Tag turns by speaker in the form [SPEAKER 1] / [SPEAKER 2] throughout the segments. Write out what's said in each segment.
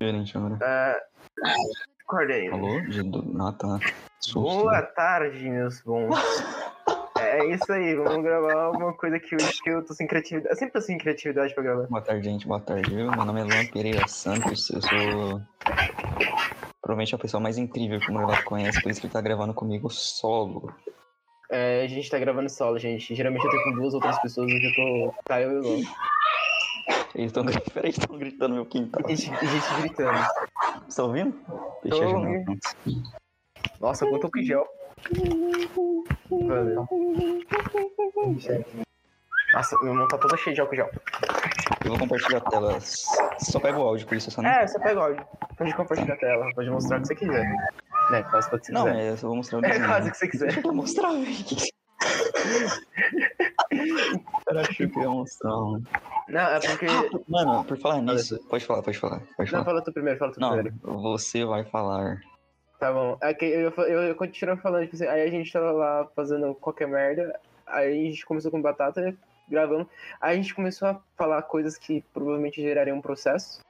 [SPEAKER 1] Diferente agora.
[SPEAKER 2] Ah, Acordei.
[SPEAKER 1] Alô? De do... Ah, tá. Susto.
[SPEAKER 2] Boa tarde, meus bons. é isso aí, vamos gravar uma coisa que eu, que eu tô sem criatividade. Eu sempre tô sem criatividade pra gravar.
[SPEAKER 1] Boa tarde, gente. Boa tarde. viu? Meu nome é Luan Pereira Santos. Eu sou. Provavelmente a pessoa mais incrível que o Morvato conhece, por isso que ele tá gravando comigo solo.
[SPEAKER 2] É, a gente tá gravando solo, gente. Geralmente eu tô com duas outras pessoas, hoje eu tô. Tá eu e o Luan.
[SPEAKER 1] Eles estão eles tão gritando no meu quintal.
[SPEAKER 2] E gente- e gente gritando.
[SPEAKER 1] Estão ouvindo? Deixa
[SPEAKER 2] Tô
[SPEAKER 1] eu ajudar. então.
[SPEAKER 2] ouvindo. Nossa, quanto álcool em gel. Valeu. Nossa, minha mão tá toda cheia de álcool em gel.
[SPEAKER 1] Eu vou compartilhar a tela. Só pega o áudio, por isso eu só não.
[SPEAKER 2] É, você pega o áudio. Pode compartilhar a tela, pode mostrar o que você quiser. Né, faz o que você
[SPEAKER 1] Não,
[SPEAKER 2] quiser.
[SPEAKER 1] é, eu só vou mostrar o
[SPEAKER 2] É,
[SPEAKER 1] desenho.
[SPEAKER 2] faz o que você quiser.
[SPEAKER 1] Eu vou mostrar, velho. Era achei que eu ia mostrar. mano.
[SPEAKER 2] Não, é porque...
[SPEAKER 1] Ah, mano, por falar nisso, pode falar, pode falar. Pode
[SPEAKER 2] Não,
[SPEAKER 1] falar.
[SPEAKER 2] fala tu primeiro, fala tu
[SPEAKER 1] Não,
[SPEAKER 2] primeiro.
[SPEAKER 1] você vai falar.
[SPEAKER 2] Tá bom. É que eu, eu, eu continuo falando, tipo assim, aí a gente tava lá fazendo qualquer merda, aí a gente começou com batata, gravando, aí a gente começou a falar coisas que provavelmente gerariam um processo,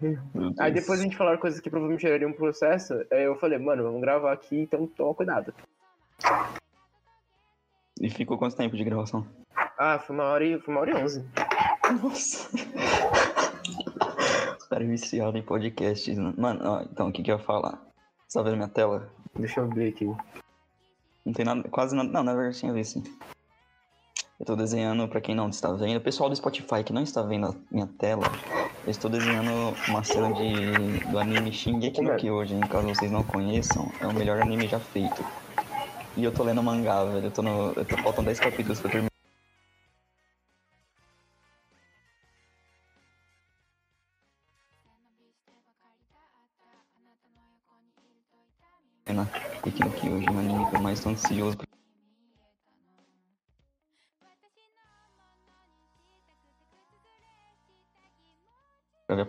[SPEAKER 1] Meu
[SPEAKER 2] Aí
[SPEAKER 1] Deus.
[SPEAKER 2] depois a gente falaram coisas que provavelmente gerariam um processo, aí eu falei, mano, vamos gravar aqui, então toma cuidado.
[SPEAKER 1] E ficou quanto tempo de gravação?
[SPEAKER 2] Ah, foi uma hora e, foi uma hora e onze.
[SPEAKER 1] Nossa. Os caras viciados em podcasts. né? Mano, ó, então, o que que eu ia falar? Você tá vendo minha tela?
[SPEAKER 2] Deixa eu ver aqui.
[SPEAKER 1] Não tem nada, quase nada. Não, na verdade tinha visto. sim. Eu tô desenhando, pra quem não está vendo, o pessoal do Spotify que não está vendo a minha tela, eu estou desenhando uma cena de, do anime Shingeki no Kyojin, caso vocês não conheçam, é o melhor anime já feito. E eu tô lendo mangá, velho, eu tô no... Eu tô, faltam 10 capítulos pra eu terminar. E que no Kyojin é o anime que eu mais tô ansioso pra... pra ver a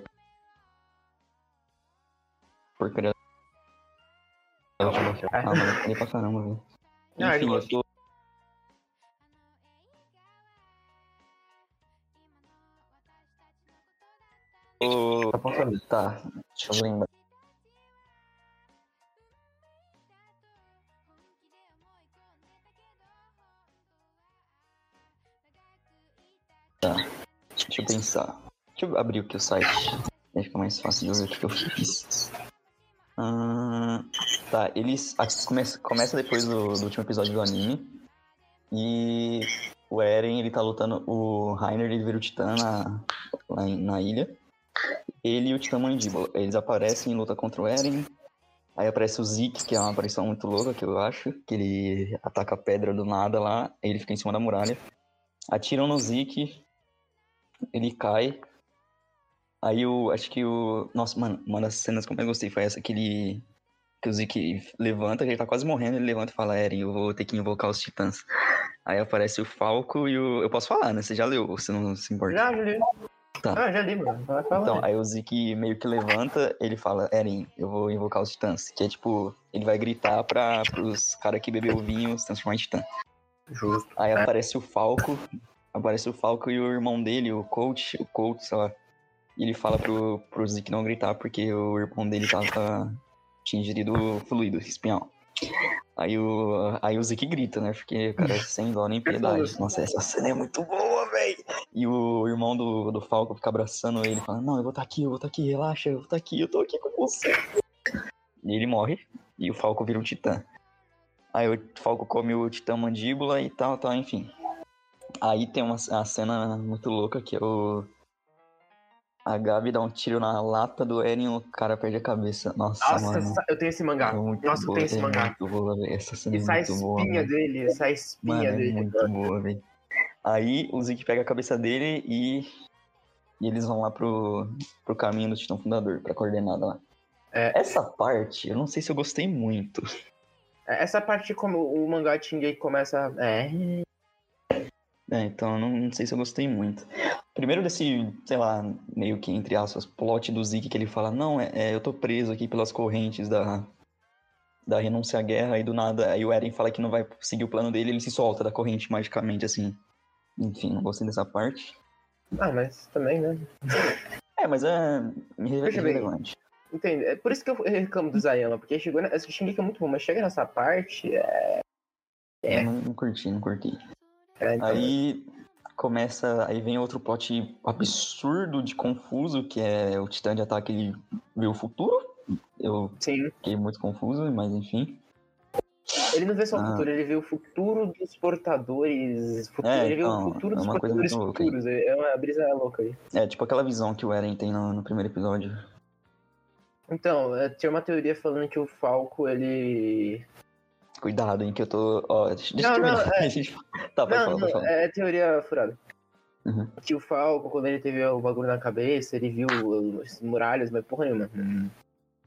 [SPEAKER 1] Porcaria... Ah, mano, eu falei pra caramba, velho.
[SPEAKER 2] Ah, ele
[SPEAKER 1] Enfim, eu
[SPEAKER 2] gosta.
[SPEAKER 1] tô... Ô, Tá, deixa eu lembrar. Tá, deixa eu pensar. Deixa eu abrir aqui o site. Aí fica mais fácil de ver o que eu fiz. Ah, tá, eles. aqui começa, começa depois do, do último episódio do anime. E o Eren, ele tá lutando. O Rainer, ele vira o Titã na, lá em- na ilha. Ele e o Titã Mandíbula. Eles aparecem em luta contra o Eren. Aí aparece o Zeke, que é uma aparição muito louca, que eu acho. Que ele ataca a pedra do nada lá. Ele fica em cima da muralha. Atiram no Zeke. Ele cai. Aí o. Acho que o. Nossa, mano, uma das cenas que eu mais gostei foi essa que ele. Que o Zeke levanta, que ele tá quase morrendo, ele levanta e fala, Eren, eu vou ter que invocar os titãs. Aí aparece o Falco e o. Eu posso falar, né? Você já leu, ou você não se importa?
[SPEAKER 2] Já, já li.
[SPEAKER 1] Tá.
[SPEAKER 2] Ah, já li, mano. Vai falar.
[SPEAKER 1] Então, aí o Zeke meio que levanta, ele fala, Eren, eu vou invocar os titãs. Que é tipo, ele vai gritar pra, pros caras que bebeu o vinho se transformar em titã.
[SPEAKER 2] Justo.
[SPEAKER 1] Aí aparece o Falco, aparece o Falco e o irmão dele, o Coach, o Coach, sei lá. E ele fala pro, pro Zeke não gritar porque o irmão dele tá, tava tinha ingerido fluido espinhal. Aí o, aí o Zeke grita, né? Porque o cara é sem dó nem piedade. Nossa, essa cena é muito boa, velho! E o irmão do, do Falco fica abraçando ele, falando: Não, eu vou estar aqui, eu vou estar aqui, relaxa, eu vou estar aqui, eu tô aqui com você. E ele morre, e o Falco vira um titã. Aí o Falco come o Titã Mandíbula e tal, tal, enfim. Aí tem uma a cena muito louca que é o. A Gabi dá um tiro na lata do Eren e o cara perde a cabeça. Nossa,
[SPEAKER 2] Nossa,
[SPEAKER 1] mano.
[SPEAKER 2] essa- eu tenho esse
[SPEAKER 1] é
[SPEAKER 2] mangá.
[SPEAKER 1] muito
[SPEAKER 2] Nossa, eu
[SPEAKER 1] boa,
[SPEAKER 2] tenho esse
[SPEAKER 1] é
[SPEAKER 2] mangá.
[SPEAKER 1] muito boa, velho. Essa cena
[SPEAKER 2] E
[SPEAKER 1] é
[SPEAKER 2] sai a
[SPEAKER 1] muito boa.
[SPEAKER 2] espinha
[SPEAKER 1] mano.
[SPEAKER 2] dele, sai a espinha
[SPEAKER 1] Mano, é
[SPEAKER 2] dele.
[SPEAKER 1] muito boa, velho. Aí o Zeke pega a cabeça dele e. E eles vão lá pro, pro caminho do Titã Fundador, pra coordenada lá.
[SPEAKER 2] É.
[SPEAKER 1] Essa parte, eu não sei se eu gostei muito.
[SPEAKER 2] Essa parte como o mangá Shingeki começa. É.
[SPEAKER 1] É, então eu não, não sei se eu gostei muito. Primeiro desse, sei lá, meio que entre aspas, plot do Zeke que ele fala, não, é, é, eu tô preso aqui pelas correntes da, da renúncia à guerra, e do nada, aí o Eren fala que não vai seguir o plano dele, ele se solta da corrente magicamente, assim. Enfim, não gostei dessa parte.
[SPEAKER 2] Ah, mas também, né?
[SPEAKER 1] É, É, mas é irre-
[SPEAKER 2] Veja bem.
[SPEAKER 1] irrelevante.
[SPEAKER 2] Entende? É por isso que eu reclamo do Zayama, porque chegou na... esse Shingeki é muito bom, mas chega nessa parte. É... É.
[SPEAKER 1] Eu Não, não curti, não curti.
[SPEAKER 2] é, então,
[SPEAKER 1] Aí começa, aí vem outro plot absurdo de confuso, que é o Titã de Ataque, ele vê o futuro. Eu
[SPEAKER 2] Sim.
[SPEAKER 1] fiquei muito confuso, mas enfim.
[SPEAKER 2] Ele não vê só o
[SPEAKER 1] Ah.
[SPEAKER 2] futuro, ele vê o futuro dos portadores. futuro-
[SPEAKER 1] É,
[SPEAKER 2] ele vê
[SPEAKER 1] então,
[SPEAKER 2] o futuro
[SPEAKER 1] é
[SPEAKER 2] dos
[SPEAKER 1] uma coisa
[SPEAKER 2] portadores
[SPEAKER 1] muito louca aí.
[SPEAKER 2] futuros. É uma brisa louca aí.
[SPEAKER 1] É, tipo aquela visão que o Eren tem no, no primeiro episódio.
[SPEAKER 2] Então, é, tinha uma teoria falando que o Falco, ele.
[SPEAKER 1] Cuidado, hein, que eu tô... Ó, deixa
[SPEAKER 2] Não,
[SPEAKER 1] eu terminar.
[SPEAKER 2] não, é.
[SPEAKER 1] a gente... Tá, pode falar,
[SPEAKER 2] Não,
[SPEAKER 1] pode
[SPEAKER 2] não,
[SPEAKER 1] falar.
[SPEAKER 2] é teoria furada.
[SPEAKER 1] Uhum.
[SPEAKER 2] Que o Falco, quando ele teve o bagulho na cabeça, ele viu as muralhas, mas porra nenhuma. Não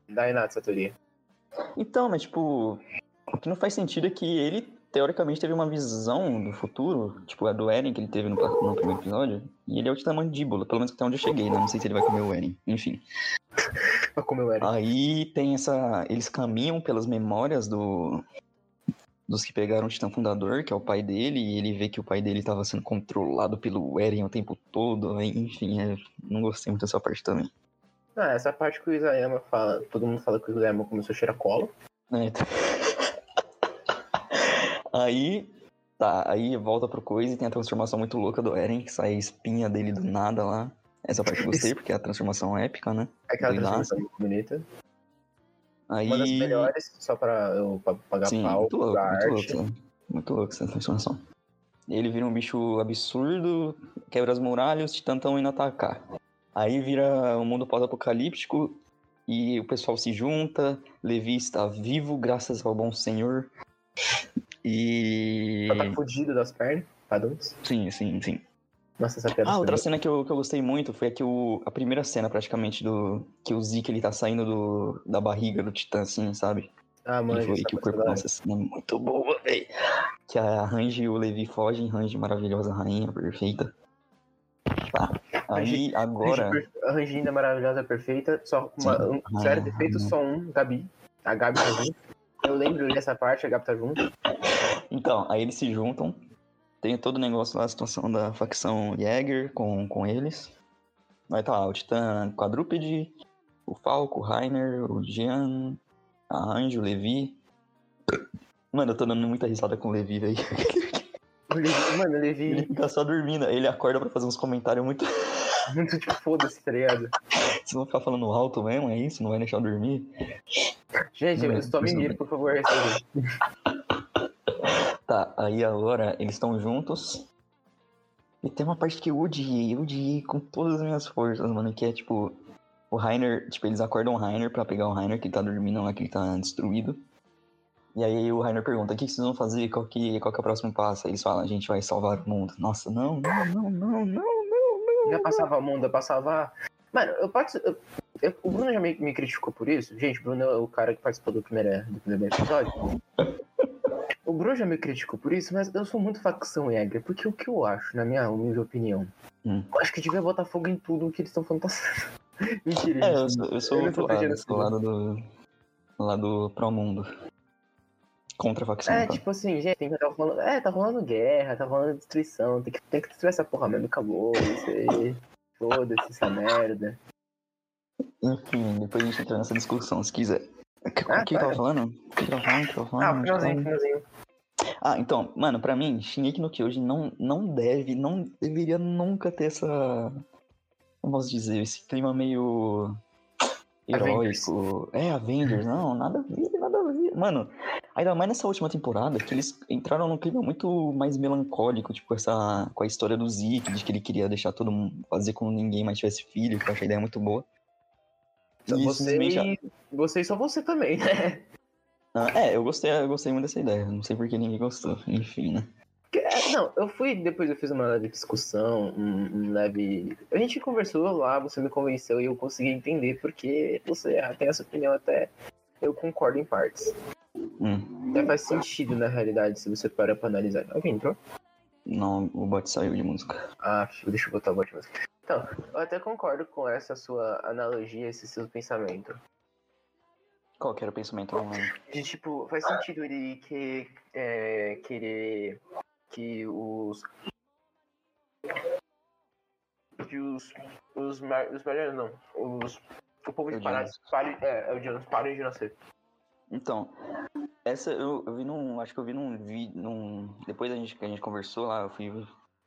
[SPEAKER 2] dá em nada essa teoria.
[SPEAKER 1] Então, mas tipo, o que não faz sentido é que ele, teoricamente, teve uma visão do futuro, tipo a do Eren que ele teve no, no primeiro episódio, e ele é o Titã Mandíbula, pelo menos até onde eu cheguei, né? Não sei se ele vai comer o Eren, enfim.
[SPEAKER 2] Olha como eu era.
[SPEAKER 1] Ah. Aí tem essa. Eles caminham pelas memórias do. Dos que pegaram o Titã Fundador, que é o pai dele, e ele vê que o pai dele tava sendo controlado pelo Eren o tempo todo, aí, enfim, é, não gostei muito dessa parte também.
[SPEAKER 2] Ah, essa parte que o Isayama fala, todo mundo fala que o Isayama começou a cheirar cola.
[SPEAKER 1] É, então. aí, tá, aí volta pro coisa e tem a transformação muito louca do Eren, que sai a espinha dele do nada lá. Essa parte eu gostei, porque é a transformação épica, né?
[SPEAKER 2] Aquela
[SPEAKER 1] Doidado.
[SPEAKER 2] transformação muito bonita.
[SPEAKER 1] Aí...
[SPEAKER 2] Uma das melhores, só pra eu pa- pagar
[SPEAKER 1] Sim,
[SPEAKER 2] pau
[SPEAKER 1] muito louco,
[SPEAKER 2] pra
[SPEAKER 1] muito
[SPEAKER 2] arte.
[SPEAKER 1] louco. né? Muito louco essa transformação. Ele vira um bicho absurdo, quebra as muralhas, os titãs estão indo atacar. Aí vira um mundo pós-apocalíptico e o pessoal se junta, Levi está vivo, graças ao bom senhor. E...
[SPEAKER 2] Ela tá fudido das pernas, padrões.
[SPEAKER 1] Sim, sim, sim.
[SPEAKER 2] Nossa, essa piada
[SPEAKER 1] Ah, outra
[SPEAKER 2] foi
[SPEAKER 1] cena que eu, que eu gostei muito foi a, que o, a primeira cena, praticamente, do que o Zeke ele tá saindo do, da barriga do Titã, assim, sabe?
[SPEAKER 2] boa. Ah,
[SPEAKER 1] Ele
[SPEAKER 2] mano,
[SPEAKER 1] foi
[SPEAKER 2] essa
[SPEAKER 1] que o
[SPEAKER 2] parte
[SPEAKER 1] corpo.
[SPEAKER 2] foi da hora.
[SPEAKER 1] Nossa, essa cena é muito boa, velho. Que a Range e o Levi fogem, Range maravilhosa, rainha perfeita. Tá. Aí,
[SPEAKER 2] Ranji-
[SPEAKER 1] agora.
[SPEAKER 2] Range per- A Range linda, maravilhosa, perfeita. Só uma,
[SPEAKER 1] Sim.
[SPEAKER 2] um sério
[SPEAKER 1] Ah,
[SPEAKER 2] defeito,
[SPEAKER 1] não.
[SPEAKER 2] só um, Gabi. A Gabi tá junto. Eu lembro dessa parte, a Gabi tá junto.
[SPEAKER 1] Então, aí eles se juntam. Tem todo o negócio lá, a situação da facção Jäger com, com eles. Aí tá lá, o Titã Quadrúpede, o Falco, o Rainer, o Jean, a Anjo, o Levi. Mano, eu tô dando muita risada com o Levi, velho.
[SPEAKER 2] O Levi- Mano, o
[SPEAKER 1] Ele
[SPEAKER 2] Levi,
[SPEAKER 1] fica só dormindo, ele acorda pra fazer uns comentários muito.
[SPEAKER 2] muito tipo, foda-se, tá ligado?
[SPEAKER 1] Vocês vão ficar falando alto mesmo, é isso? Não vai deixar eu dormir?
[SPEAKER 2] Gente,
[SPEAKER 1] Não,
[SPEAKER 2] eu estou
[SPEAKER 1] mas não-
[SPEAKER 2] menino, por favor, recebe.
[SPEAKER 1] Tá, aí agora eles estão juntos. E tem uma parte que eu odiei, eu odiei com todas as minhas forças, mano, que é tipo. O Rainer, tipo, eles acordam o Rainer pra pegar o Rainer que tá dormindo lá, que ele tá destruído. E aí o Rainer pergunta, o que que vocês vão fazer? Qual que, qual que é o próximo passo? Aí eles falam, a gente vai salvar o mundo. Nossa, não, não, não, não, não.
[SPEAKER 2] Já passava a Monda, passava. Mano, eu participo. eu- eu- o Bruno já me, me criticou por isso. Gente, o Bruno é o cara que participou do, primeira, do primeiro episódio. O Bruno já me criticou por isso, mas eu sou muito facção Jäger, porque o que eu acho, na minha humilde opinião,
[SPEAKER 1] Hum.
[SPEAKER 2] eu acho que devia botar fogo em tudo que eles estão falando tá certo. Mentira,
[SPEAKER 1] É, eu
[SPEAKER 2] gente.
[SPEAKER 1] sou, eu sou o
[SPEAKER 2] Eu não
[SPEAKER 1] outro
[SPEAKER 2] tô
[SPEAKER 1] lado,
[SPEAKER 2] pedindo
[SPEAKER 1] eu sou o
[SPEAKER 2] assim.
[SPEAKER 1] lado do. lado pro mundo. Contra a facção.
[SPEAKER 2] É,
[SPEAKER 1] tá?
[SPEAKER 2] tipo assim, gente, tem que tá rolando. É, tá rolando guerra, tá rolando destruição, tem que, tem que destruir essa porra mesmo, acabou, isso aí. Foda-se essa merda.
[SPEAKER 1] Enfim, depois a gente entra nessa discussão, se quiser. O que,
[SPEAKER 2] Ah,
[SPEAKER 1] o que eu
[SPEAKER 2] tá.
[SPEAKER 1] tava falando? O que eu tava falando? Tipo, O que eu tava
[SPEAKER 2] Ah,
[SPEAKER 1] falando?
[SPEAKER 2] finalzinho, finalzinho.
[SPEAKER 1] Ah, então, mano, pra mim, Shingeki no Kyojin não, não deve, não deveria nunca ter essa... Como posso dizer? Esse clima meio...
[SPEAKER 2] Avengers.
[SPEAKER 1] Heróico. É, Avengers. Não, nada a ver, nada a ver. Mano, ainda mais nessa última temporada, que eles entraram num clima muito mais melancólico, tipo, com essa, com a história do Zeke, de que ele queria deixar todo mundo... Fazer com que ninguém mais tivesse filho, que eu achei a ideia muito boa.
[SPEAKER 2] Só
[SPEAKER 1] E
[SPEAKER 2] Então, você,
[SPEAKER 1] simplesmente a-
[SPEAKER 2] e... você e só você também, né?
[SPEAKER 1] Ah, é, eu gostei, eu gostei muito dessa ideia. Não sei por que ninguém gostou. Enfim, né?
[SPEAKER 2] Porque, é, Não, eu fui, depois eu fiz uma leve discussão, um, um leve. A gente conversou lá, você me convenceu e eu consegui entender porque você ah, tem essa opinião até. Eu concordo em partes.
[SPEAKER 1] Hum,
[SPEAKER 2] Até faz sentido na realidade se você parar pra analisar. Alguém entrou?
[SPEAKER 1] não, o bot saiu de música.
[SPEAKER 2] Ah, deixa eu botar o bot mesmo. Então, eu até concordo com essa sua analogia, esse seu pensamento.
[SPEAKER 1] Qual que era o pensamento online?
[SPEAKER 2] De tipo, faz sentido ele que, é, querer que os. onde os. Os, mar, os marianos, não. Os, o povo de Pará.
[SPEAKER 1] Eudianos.
[SPEAKER 2] Pare, é, eudianos, parem de nascer.
[SPEAKER 1] Então, essa eu, eu vi num. Acho que eu vi num vídeo. Num, depois a gente, que a gente conversou lá, eu fui.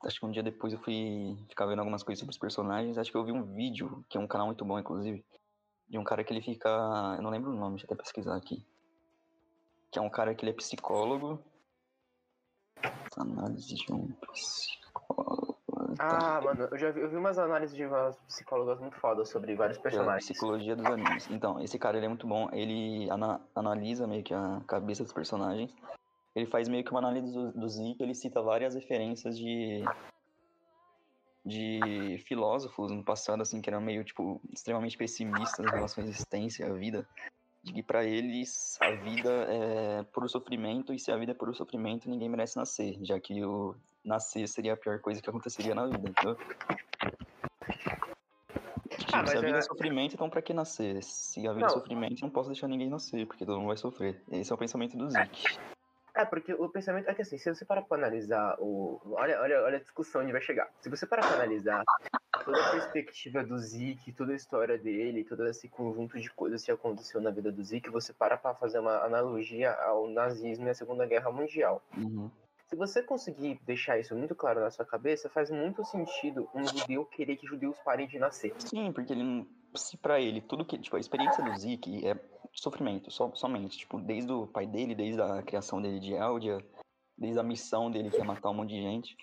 [SPEAKER 1] Acho que um dia depois eu fui ficar vendo algumas coisas sobre os personagens. Acho que eu vi um vídeo, que é um canal muito bom, inclusive, de um cara que ele fica. Eu não lembro o nome, deixa eu até pesquisar aqui. Que é um cara que ele é psicólogo. Análise de um psicólogo. tá.
[SPEAKER 2] Ah, mano, eu já vi, eu vi umas análises de umas psicólogas muito fodas sobre vários
[SPEAKER 1] Pela
[SPEAKER 2] personagens.
[SPEAKER 1] psicologia dos animes. Então, esse cara ele é muito bom. Ele ana- analisa meio que a cabeça dos personagens. Ele faz meio que uma análise do, do Zeke. Ele cita várias referências de de filósofos no passado, assim, que eram meio, tipo, extremamente pessimistas em relação à existência, à vida. De que pra eles a vida é puro sofrimento, e se a vida é puro sofrimento, ninguém merece nascer, já que o nascer seria a pior coisa que aconteceria na vida, entendeu? Tipo,
[SPEAKER 2] Ah, mas
[SPEAKER 1] se a vida
[SPEAKER 2] é-
[SPEAKER 1] é sofrimento, então pra que nascer? Se a vida é
[SPEAKER 2] Não.
[SPEAKER 1] sofrimento, eu não posso deixar ninguém nascer, porque todo mundo vai sofrer. Esse é o pensamento do Zeke.
[SPEAKER 2] É, porque o pensamento é que assim, se você parar pra analisar o. Olha, olha, olha a discussão onde vai chegar. Se você parar pra analisar toda a perspectiva do Zeke, toda a história dele, todo esse conjunto de coisas que aconteceu na vida do Zeke, você para pra fazer uma analogia ao nazismo e à Segunda Guerra Mundial.
[SPEAKER 1] Uhum.
[SPEAKER 2] Se você conseguir deixar isso muito claro na sua cabeça, faz muito sentido um judeu querer que judeus parem de nascer.
[SPEAKER 1] Sim, porque ele não. Se pra ele, tudo que. Tipo, a experiência do Zeke é sofrimento, so- somente. Tipo, desde o pai dele, desde a criação dele de Eldia, desde a missão dele que é matar um monte de gente.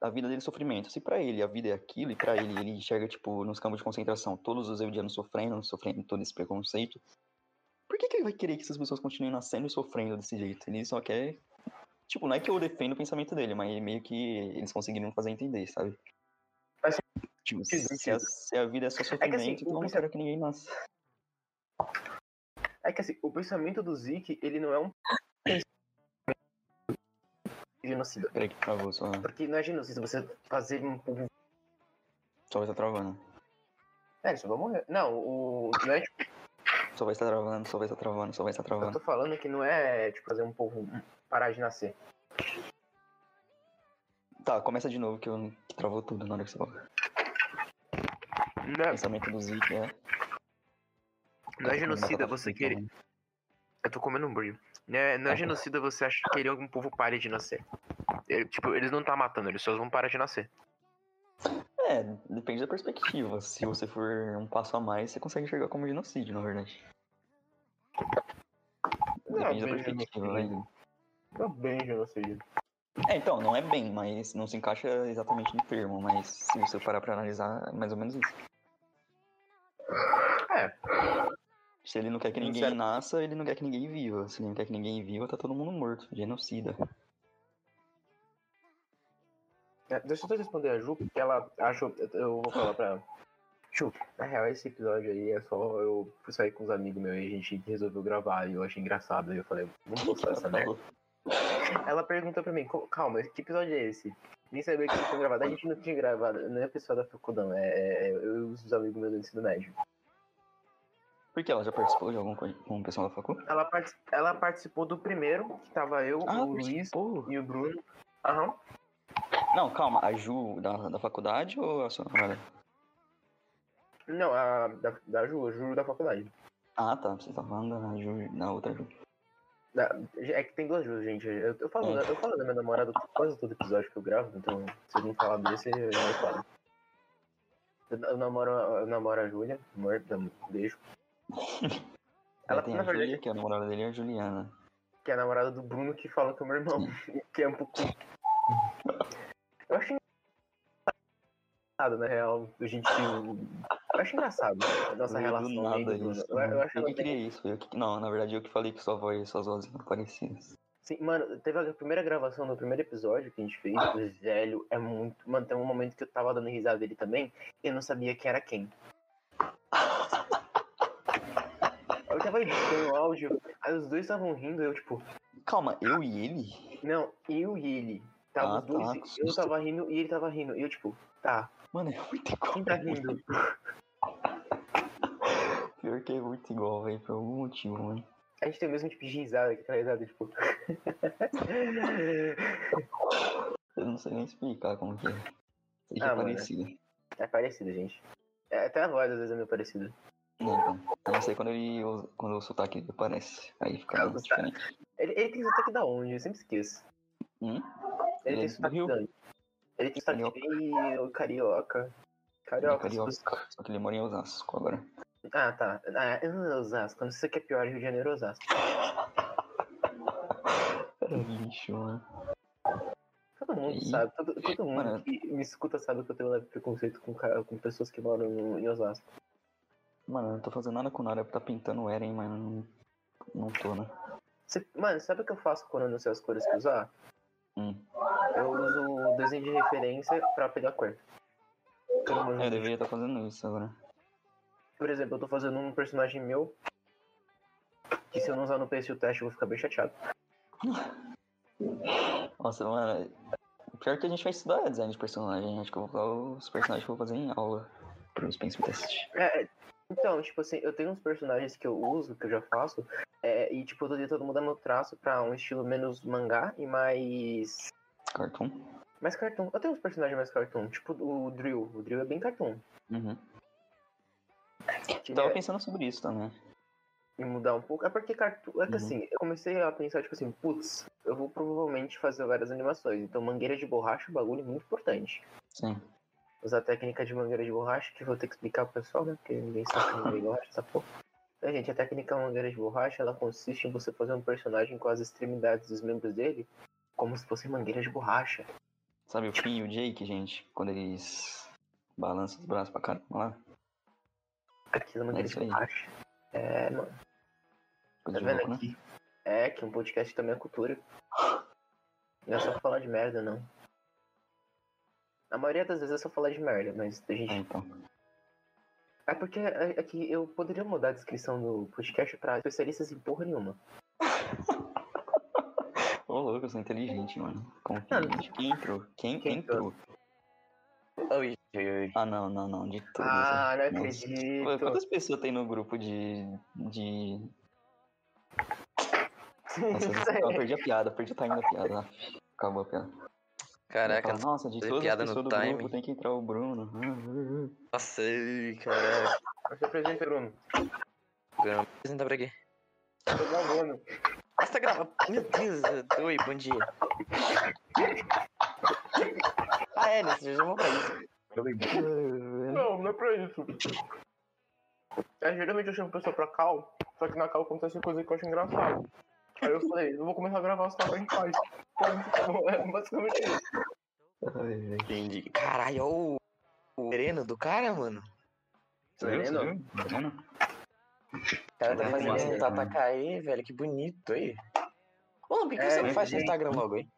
[SPEAKER 1] A vida dele é sofrimento. Se pra ele a vida é aquilo, e pra ele ele enxerga, tipo, nos campos de concentração, todos os eudianos sofrendo, sofrendo todo esse preconceito. Por que, que ele vai querer que essas pessoas continuem nascendo e sofrendo desse jeito? Ele só quer. Tipo, não é que eu defendo o pensamento dele, mas meio que eles conseguiram fazer entender, sabe? Tipo,
[SPEAKER 2] Faz
[SPEAKER 1] se a,
[SPEAKER 2] sentido.
[SPEAKER 1] se a vida é só sofrimento,
[SPEAKER 2] assim, o
[SPEAKER 1] então eu não
[SPEAKER 2] pensa-
[SPEAKER 1] quero que ninguém nasça.
[SPEAKER 2] É que assim, o pensamento do Zeke, ele não é um genocida.
[SPEAKER 1] Peraí que travou, só,
[SPEAKER 2] Porque não é genocida você fazer um povo
[SPEAKER 1] só vai estar travando.
[SPEAKER 2] É, ele só vai morrer. Não, o. Não é, tipo,
[SPEAKER 1] Só vai estar travando, só vai estar travando, só vai estar
[SPEAKER 2] eu
[SPEAKER 1] travando.
[SPEAKER 2] tô falando que não é tipo fazer um povo parar de nascer.
[SPEAKER 1] Tá, começa de novo que, eu, que travou tudo na hora que você falou. O
[SPEAKER 2] Não,
[SPEAKER 1] pensamento do Zeke é...
[SPEAKER 2] não é
[SPEAKER 1] Tá,
[SPEAKER 2] genocida
[SPEAKER 1] tá
[SPEAKER 2] você
[SPEAKER 1] tudo
[SPEAKER 2] querer.
[SPEAKER 1] bem.
[SPEAKER 2] Eu tô comendo um brilho. Não é, não é genocida você achar que querer algum povo pare de nascer. Ele- tipo, eles não tá matando, eles só vão parar de nascer.
[SPEAKER 1] É, depende da perspectiva. Se você for um passo a mais, você consegue enxergar como genocídio, na verdade.
[SPEAKER 2] Não,
[SPEAKER 1] Depende da
[SPEAKER 2] bem
[SPEAKER 1] perspectiva,
[SPEAKER 2] genocídio.
[SPEAKER 1] né?
[SPEAKER 2] Tá bem genocida.
[SPEAKER 1] É, então, não é bem, mas não se encaixa exatamente no termo, mas se você parar pra analisar, é mais ou menos isso.
[SPEAKER 2] É.
[SPEAKER 1] Se ele não quer que
[SPEAKER 2] Não
[SPEAKER 1] ninguém
[SPEAKER 2] serve.
[SPEAKER 1] nasça, ele não quer que ninguém viva. Se ele não quer que ninguém viva, tá todo mundo morto. Genocida.
[SPEAKER 2] É, Deixa eu só responder a Ju, porque ela achou. eu- Eu vou falar pra ela. Ju, na real, esse episódio aí é só eu fui sair com uns amigos meus e a gente resolveu gravar e eu achei engraçado. Aí eu falei, vamos postar essa merda. Ela perguntou pra mim, "Co- calma, que episódio é esse? Nem sabia que tinha gravado. A gente não tinha gravado, não é pessoal da faculdade, não, é, é- é eu e os amigos meus do ensino médio.
[SPEAKER 1] Porque ela já participou de algum co- com o pessoal da facu?
[SPEAKER 2] Ela, partic- ela participou do primeiro, que tava eu,
[SPEAKER 1] Ah,
[SPEAKER 2] o Luiz
[SPEAKER 1] participou.
[SPEAKER 2] e o Bruno. Aham.
[SPEAKER 1] Não, calma. A Ju da, da faculdade ou a sua namorada?
[SPEAKER 2] Não, a da, da Ju, a Ju da faculdade.
[SPEAKER 1] Ah, tá. Você tá falando da Ju, da outra Ju.
[SPEAKER 2] Da- é que tem duas Ju, gente. Eu, eu
[SPEAKER 1] Hum.
[SPEAKER 2] falo, eu falo da minha namorada quase todo episódio que eu gravo, então se eu não falar desse, eu não falo. Eu, eu namoro, eu namoro a Júlia, amor, dá um beijo. Ela, tá
[SPEAKER 1] Ela tem
[SPEAKER 2] na
[SPEAKER 1] a
[SPEAKER 2] verdade,
[SPEAKER 1] Júlia, que a namorada dele é a Juliana.
[SPEAKER 2] que é a namorada do Bruno que fala que é o meu irmão, que é um pouco. Eu acho engraçado, na real, a gente. Eu acho engraçado a nossa
[SPEAKER 1] Veio do
[SPEAKER 2] relação.
[SPEAKER 1] nada
[SPEAKER 2] eu, e do
[SPEAKER 1] isso,
[SPEAKER 2] Bruno. eu, eu
[SPEAKER 1] né?
[SPEAKER 2] acho
[SPEAKER 1] eu que
[SPEAKER 2] ela bem-
[SPEAKER 1] criei isso. Eu que... Não, na verdade eu que falei que sua voz e suas vozes não parecidas.
[SPEAKER 2] Sim, mano, teve a primeira gravação do primeiro episódio que a gente fez,
[SPEAKER 1] Ah.
[SPEAKER 2] o velho é muito. Mano, tem um momento que eu tava dando risada dele também, e eu não sabia quem era quem. Eu tava editando o áudio, aí os dois estavam rindo, eu tipo,
[SPEAKER 1] Calma, eu e ele?
[SPEAKER 2] Não, eu e ele. Tava
[SPEAKER 1] Ah,
[SPEAKER 2] os dois.
[SPEAKER 1] tá, que
[SPEAKER 2] eu
[SPEAKER 1] susto.
[SPEAKER 2] tava rindo e ele tava rindo. E eu, tipo, tá,
[SPEAKER 1] Mano, é muito igual.
[SPEAKER 2] quem tá rindo?
[SPEAKER 1] Pior que é muito igual, velho, por algum motivo, mano.
[SPEAKER 2] A gente tem o mesmo tipo de risada, que aquela risada, tipo.
[SPEAKER 1] Eu não sei nem explicar como que é. Sei que
[SPEAKER 2] Ah,
[SPEAKER 1] é
[SPEAKER 2] mano.
[SPEAKER 1] parecido.
[SPEAKER 2] É parecido, gente. É, até a voz às vezes é meio parecida.
[SPEAKER 1] Não, então. Eu não sei quando ele usa- quando o sotaque dele aparece. Aí fica
[SPEAKER 2] Ah, o sotaque.
[SPEAKER 1] diferente.
[SPEAKER 2] Ele, ele tem sotaque da onde? Eu sempre esqueço.
[SPEAKER 1] Hum?
[SPEAKER 2] Ele
[SPEAKER 1] Ele é
[SPEAKER 2] tem
[SPEAKER 1] do
[SPEAKER 2] sotaque
[SPEAKER 1] Rio.
[SPEAKER 2] da onde? Ele tem sotaque
[SPEAKER 1] Carioca.
[SPEAKER 2] bem carioca.
[SPEAKER 1] Ele é
[SPEAKER 2] Carioca. se fosse-
[SPEAKER 1] carioca. Só que ele mora em Osasco agora.
[SPEAKER 2] Ah, tá. Ah, eu não sei Osasco. Não sei o que é pior, Rio de Janeiro ou Osasco.
[SPEAKER 1] Era lixo, mano.
[SPEAKER 2] Todo mundo
[SPEAKER 1] Ih.
[SPEAKER 2] sabe. Todo, todo mundo
[SPEAKER 1] é, Mano.
[SPEAKER 2] que me escuta sabe que eu tenho um leve preconceito com, ca- com pessoas que moram no- em Osasco.
[SPEAKER 1] Mano, eu não tô fazendo nada com nada. Eu tô pintando o Eren, mas não, não tô, né?
[SPEAKER 2] Você- mano, sabe o que eu faço quando eu não sei as cores que eu usar?
[SPEAKER 1] Hum.
[SPEAKER 2] Eu uso o desenho de referência pra pegar cor. Eu não manjo
[SPEAKER 1] É, eu deveria estar fazendo isso agora.
[SPEAKER 2] Por exemplo, eu tô fazendo um personagem meu. Que se eu não usar no PC o teste, eu vou ficar bem chateado.
[SPEAKER 1] Nossa, mano. Pior que a gente vai estudar design de personagem. Acho que eu vou colocar os personagens que eu vou fazer em aula. Pros Pencil Test.
[SPEAKER 2] É, é, então, tipo assim, eu tenho uns personagens que eu uso, que eu já faço. é, e, tipo, eu tô tentando mudar meu traço pra um estilo menos mangá e mais.
[SPEAKER 1] Cartoon.
[SPEAKER 2] Mais cartoon. Eu tenho uns personagens mais cartoon. Tipo o Drill. O Drill é bem cartoon.
[SPEAKER 1] Uhum.
[SPEAKER 2] Que
[SPEAKER 1] Tava
[SPEAKER 2] é-
[SPEAKER 1] pensando sobre isso também.
[SPEAKER 2] e mudar um pouco. É porque cartoon. É que
[SPEAKER 1] Uhum.
[SPEAKER 2] assim, eu comecei a pensar, tipo assim, putz, eu vou provavelmente fazer várias animações. Então, mangueira de borracha é um bagulho muito importante.
[SPEAKER 1] Sim.
[SPEAKER 2] usar a técnica de mangueira de borracha, que eu vou ter que explicar pro pessoal, né? Porque ninguém sabe que é mangueira de borracha, essa porra. Então, gente, a técnica mangueira de borracha, ela consiste em você fazer um personagem com as extremidades dos membros dele, como se fosse mangueira de borracha.
[SPEAKER 1] Sabe o Finn e o Jake, gente? Quando eles balançam os braços pra caramba lá.
[SPEAKER 2] Aquilo é
[SPEAKER 1] É
[SPEAKER 2] mangueira de
[SPEAKER 1] isso aí.
[SPEAKER 2] borracha. É, mano,
[SPEAKER 1] Coisa
[SPEAKER 2] tá
[SPEAKER 1] de
[SPEAKER 2] vendo
[SPEAKER 1] louco, né?
[SPEAKER 2] aqui? É, que um podcast também é cultura. Não é só falar de merda, não. A maioria das vezes é só falar de merda, mas a gente
[SPEAKER 1] É, então.
[SPEAKER 2] É porque é, é que eu poderia mudar a descrição do podcast pra especialistas em porra nenhuma.
[SPEAKER 1] Ô, louco, eu sou inteligente, mano.
[SPEAKER 2] Mano.
[SPEAKER 1] Confiante. Quem entrou? Quem,
[SPEAKER 2] Quem
[SPEAKER 1] entrou?
[SPEAKER 2] Oi, oi,
[SPEAKER 1] Ah, não, não, não. De todos.
[SPEAKER 2] Ah, não
[SPEAKER 1] né? Nossa.
[SPEAKER 2] acredito.
[SPEAKER 1] Pô, Quantas pessoas tem no grupo de. de... Nossa, eu perdi a piada, perdi o timing da piada. né? Acabou a piada.
[SPEAKER 3] Caraca,
[SPEAKER 1] Fala, nossa, de
[SPEAKER 3] fazer
[SPEAKER 1] todas as
[SPEAKER 3] piada no
[SPEAKER 1] pessoas do
[SPEAKER 3] time.
[SPEAKER 1] grupo tem que entrar o Bruno. Hum,
[SPEAKER 3] nossa, ai, caraca.
[SPEAKER 2] Você apresenta, Bruno.
[SPEAKER 3] Apresenta pra quê?
[SPEAKER 2] Eu tô gravando.
[SPEAKER 3] Ah, você tá gravando? Meu Deus, eu- oi, bom dia. Ah, é, né? Você já chamou pra isso.
[SPEAKER 2] Não, não é pra isso. É, geralmente eu chamo pessoa pra cal, só que na cal acontece coisa que eu acho engraçado. Aí eu falei, eu vou começar a gravar as calas a gente faz. Então, É basicamente isso.
[SPEAKER 3] Entendi. Caralho, ó o... o sereno do cara, mano.
[SPEAKER 1] Tá Sereno?
[SPEAKER 3] O cara tá
[SPEAKER 1] Caraca,
[SPEAKER 3] fazendo
[SPEAKER 1] massa,
[SPEAKER 3] isso tá
[SPEAKER 1] mano.
[SPEAKER 3] Tatacaê, velho, que bonito aí. Mano, por que, que
[SPEAKER 2] É,
[SPEAKER 3] você não faz
[SPEAKER 2] gente.
[SPEAKER 3] seu Instagram logo aí?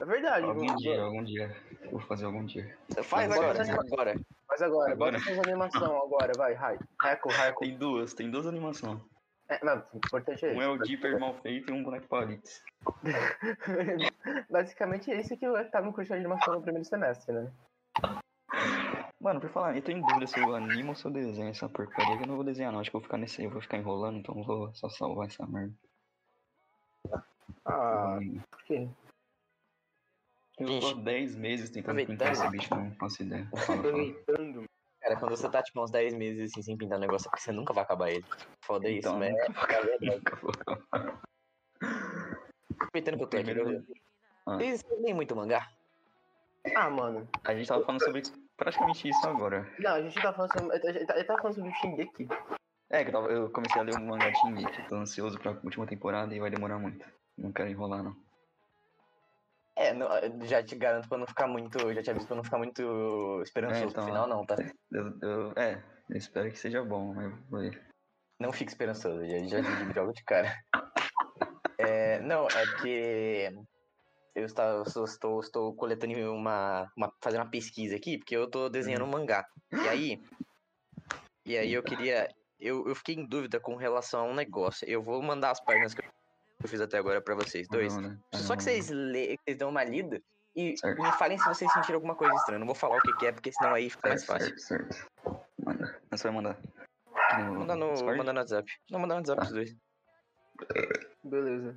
[SPEAKER 2] É verdade,
[SPEAKER 1] Algum
[SPEAKER 2] Bruno.
[SPEAKER 1] dia, algum dia. Vou fazer algum dia.
[SPEAKER 3] Faz
[SPEAKER 1] Agora,
[SPEAKER 3] agora,
[SPEAKER 2] né?
[SPEAKER 3] agora.
[SPEAKER 2] Mas agora,
[SPEAKER 1] Agora.
[SPEAKER 2] bota essas animação agora, vai, Rai. Raico, Raico.
[SPEAKER 1] Tem duas, tem duas animações.
[SPEAKER 2] É, não, o importante é
[SPEAKER 1] Um é o
[SPEAKER 2] isso.
[SPEAKER 1] Dipper mal feito e um boneco palito.
[SPEAKER 2] Basicamente, é isso que eu tava no curso de animação no primeiro semestre, né?
[SPEAKER 1] Mano, por falar, eu tô em dúvida se eu animo ou se eu desenho essa porcaria. que Eu não vou desenhar, não. Acho que eu vou ficar nesse. Eu vou ficar enrolando, então eu vou só salvar essa merda.
[SPEAKER 2] Ah, por quê?
[SPEAKER 1] Eu tô há 10 meses tentando
[SPEAKER 3] Aproveitar.
[SPEAKER 1] pintar esse bicho, não faço ideia. Fala, fala.
[SPEAKER 2] Aproveitando.
[SPEAKER 3] Cara, quando você tá, tipo, uns 10 meses assim, sem pintar um negócio, é porque você nunca vai acabar ele. Foda isso,
[SPEAKER 1] Então,
[SPEAKER 3] mas
[SPEAKER 1] né?
[SPEAKER 3] é a verdade.
[SPEAKER 1] Acabou.
[SPEAKER 3] Aproveitando que eu tô aqui,
[SPEAKER 1] Primeiro-
[SPEAKER 3] eu-
[SPEAKER 1] Ah.
[SPEAKER 3] vocês leem muito mangá?
[SPEAKER 2] Ah, mano.
[SPEAKER 1] A gente tava falando sobre praticamente isso agora.
[SPEAKER 2] Não, a gente tá falando sobre. Ele tá- ele tá falando sobre o Shingeki.
[SPEAKER 1] É, que eu, tava- eu comecei a ler um mangá de Shingeki, tô ansioso pra última temporada e vai demorar muito. Não quero enrolar, não.
[SPEAKER 3] É, não, eu já te garanto pra não ficar muito. Eu já te aviso pra não ficar muito esperançoso
[SPEAKER 1] É, então,
[SPEAKER 3] no final, não, tá?
[SPEAKER 1] Eu, eu- é, eu espero que seja bom, mas vou ver.
[SPEAKER 3] Não fique esperançoso, já, já digo logo de cara. É, não, é que eu estava, eu sou- estou, estou coletando uma, uma- fazendo uma pesquisa aqui, porque eu tô desenhando um
[SPEAKER 1] Uhum.
[SPEAKER 3] mangá. E aí. E aí eu queria. Eu, eu fiquei em dúvida com relação a um negócio. Eu vou mandar as páginas que eu fiz até agora pra vocês dois.
[SPEAKER 1] Não, né?
[SPEAKER 3] Só que vocês, le... vocês dão uma lida e
[SPEAKER 1] Certo.
[SPEAKER 3] me falem se vocês sentiram alguma coisa estranha. Não vou falar o que, que é, porque senão aí fica mais
[SPEAKER 1] Certo,
[SPEAKER 3] fácil.
[SPEAKER 1] certo, certo. Manda. Mas Você vai mandar. No
[SPEAKER 3] Manda no,
[SPEAKER 1] Discord?
[SPEAKER 3] manda no WhatsApp. Não, manda no WhatsApp
[SPEAKER 1] Tá.
[SPEAKER 3] os dois.
[SPEAKER 2] Beleza.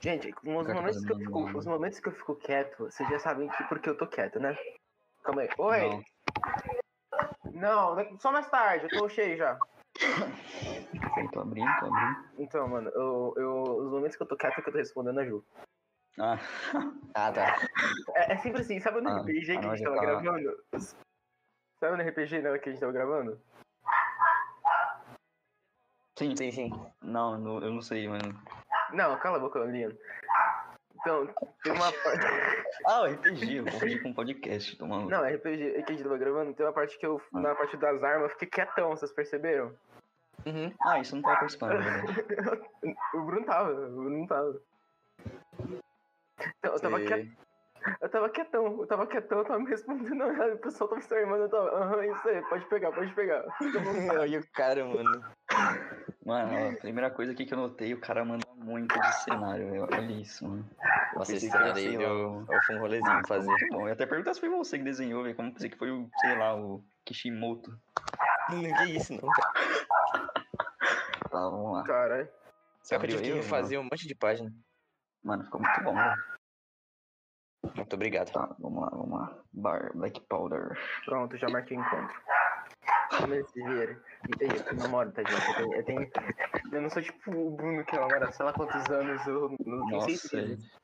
[SPEAKER 2] Gente,
[SPEAKER 1] Eu
[SPEAKER 2] os
[SPEAKER 1] quero
[SPEAKER 2] momentos, que eu
[SPEAKER 1] fazer
[SPEAKER 2] fico,
[SPEAKER 1] um-
[SPEAKER 2] os momentos que eu fico quieto, vocês já sabem que porque eu tô quieto, né? Calma aí. Oi!
[SPEAKER 1] Não.
[SPEAKER 2] Não, né, só mais tarde, eu tô cheio já.
[SPEAKER 1] Peraí, tô abrindo, tô abrindo.
[SPEAKER 2] Então, mano, eu, eu, os momentos que eu tô quieto é que eu tô respondendo a Ju.
[SPEAKER 1] Ah,
[SPEAKER 3] Ah, tá.
[SPEAKER 2] É, é sempre assim, sabe no
[SPEAKER 1] Ah,
[SPEAKER 2] RPG que a
[SPEAKER 1] agora
[SPEAKER 2] gente
[SPEAKER 1] já
[SPEAKER 2] tava
[SPEAKER 1] tá.
[SPEAKER 2] gravando? Sabe no RPG né, que a gente tava gravando?
[SPEAKER 1] sim,
[SPEAKER 3] Sim, sim.
[SPEAKER 1] Não, não- eu não sei, mano.
[SPEAKER 2] Não, cala a boca, Leandro. Então, tem uma parte.
[SPEAKER 1] Ah, o RPG, eu confundi com um podcast, tô maluco.
[SPEAKER 2] Não, RPG é que a gente tava gravando, tem uma parte que eu,
[SPEAKER 1] Ah.
[SPEAKER 2] na parte das armas, eu fiquei quietão, vocês perceberam?
[SPEAKER 3] Uhum.
[SPEAKER 1] Ah, isso não tava participando, né? na verdade.
[SPEAKER 2] O Bruno tava, o Bruno tava. Então, eu tava,
[SPEAKER 3] Sei.
[SPEAKER 2] quiet, eu tava quietão, eu tava quietão, eu tava me respondendo nada, o pessoal tava se armando, eu tava, aham, isso aí, pode pegar, pode pegar.
[SPEAKER 3] Olha o cara, mano.
[SPEAKER 1] Mano, ó, a primeira coisa aqui que eu notei, o cara manda muito de cenário, velho. Olha isso, mano.
[SPEAKER 3] Nossa,
[SPEAKER 1] Pensei
[SPEAKER 3] esse
[SPEAKER 1] que
[SPEAKER 3] cenário
[SPEAKER 1] era, sei
[SPEAKER 3] aí
[SPEAKER 1] lá,
[SPEAKER 3] deu, foi um rolezinho pra fazer.
[SPEAKER 1] Muito bom. Eu até perguntar se foi você que desenhou, velho. Como pensei que foi o, sei lá, o Kishimoto.
[SPEAKER 3] Não, que isso, não. cara.
[SPEAKER 1] Tá, vamos lá.
[SPEAKER 2] Caralho.
[SPEAKER 1] Você
[SPEAKER 3] Só que eu
[SPEAKER 1] abriu
[SPEAKER 3] tive que
[SPEAKER 1] aí, mano?
[SPEAKER 3] refazer um monte de página.
[SPEAKER 1] Mano, ficou muito bom, né? velho.
[SPEAKER 3] Muito obrigado.
[SPEAKER 1] Tá, vamos lá, vamos lá. Bar, Black Powder.
[SPEAKER 2] Pronto, já marquei o encontro. Comecei dinheiro. Entendi, eu namoro, tá, gente? Eu, tenho, eu, tenho- eu não sou tipo o Bruno que namora, sei lá quantos anos, eu não tenho seis
[SPEAKER 1] Nossa,
[SPEAKER 2] filhos.
[SPEAKER 1] velho.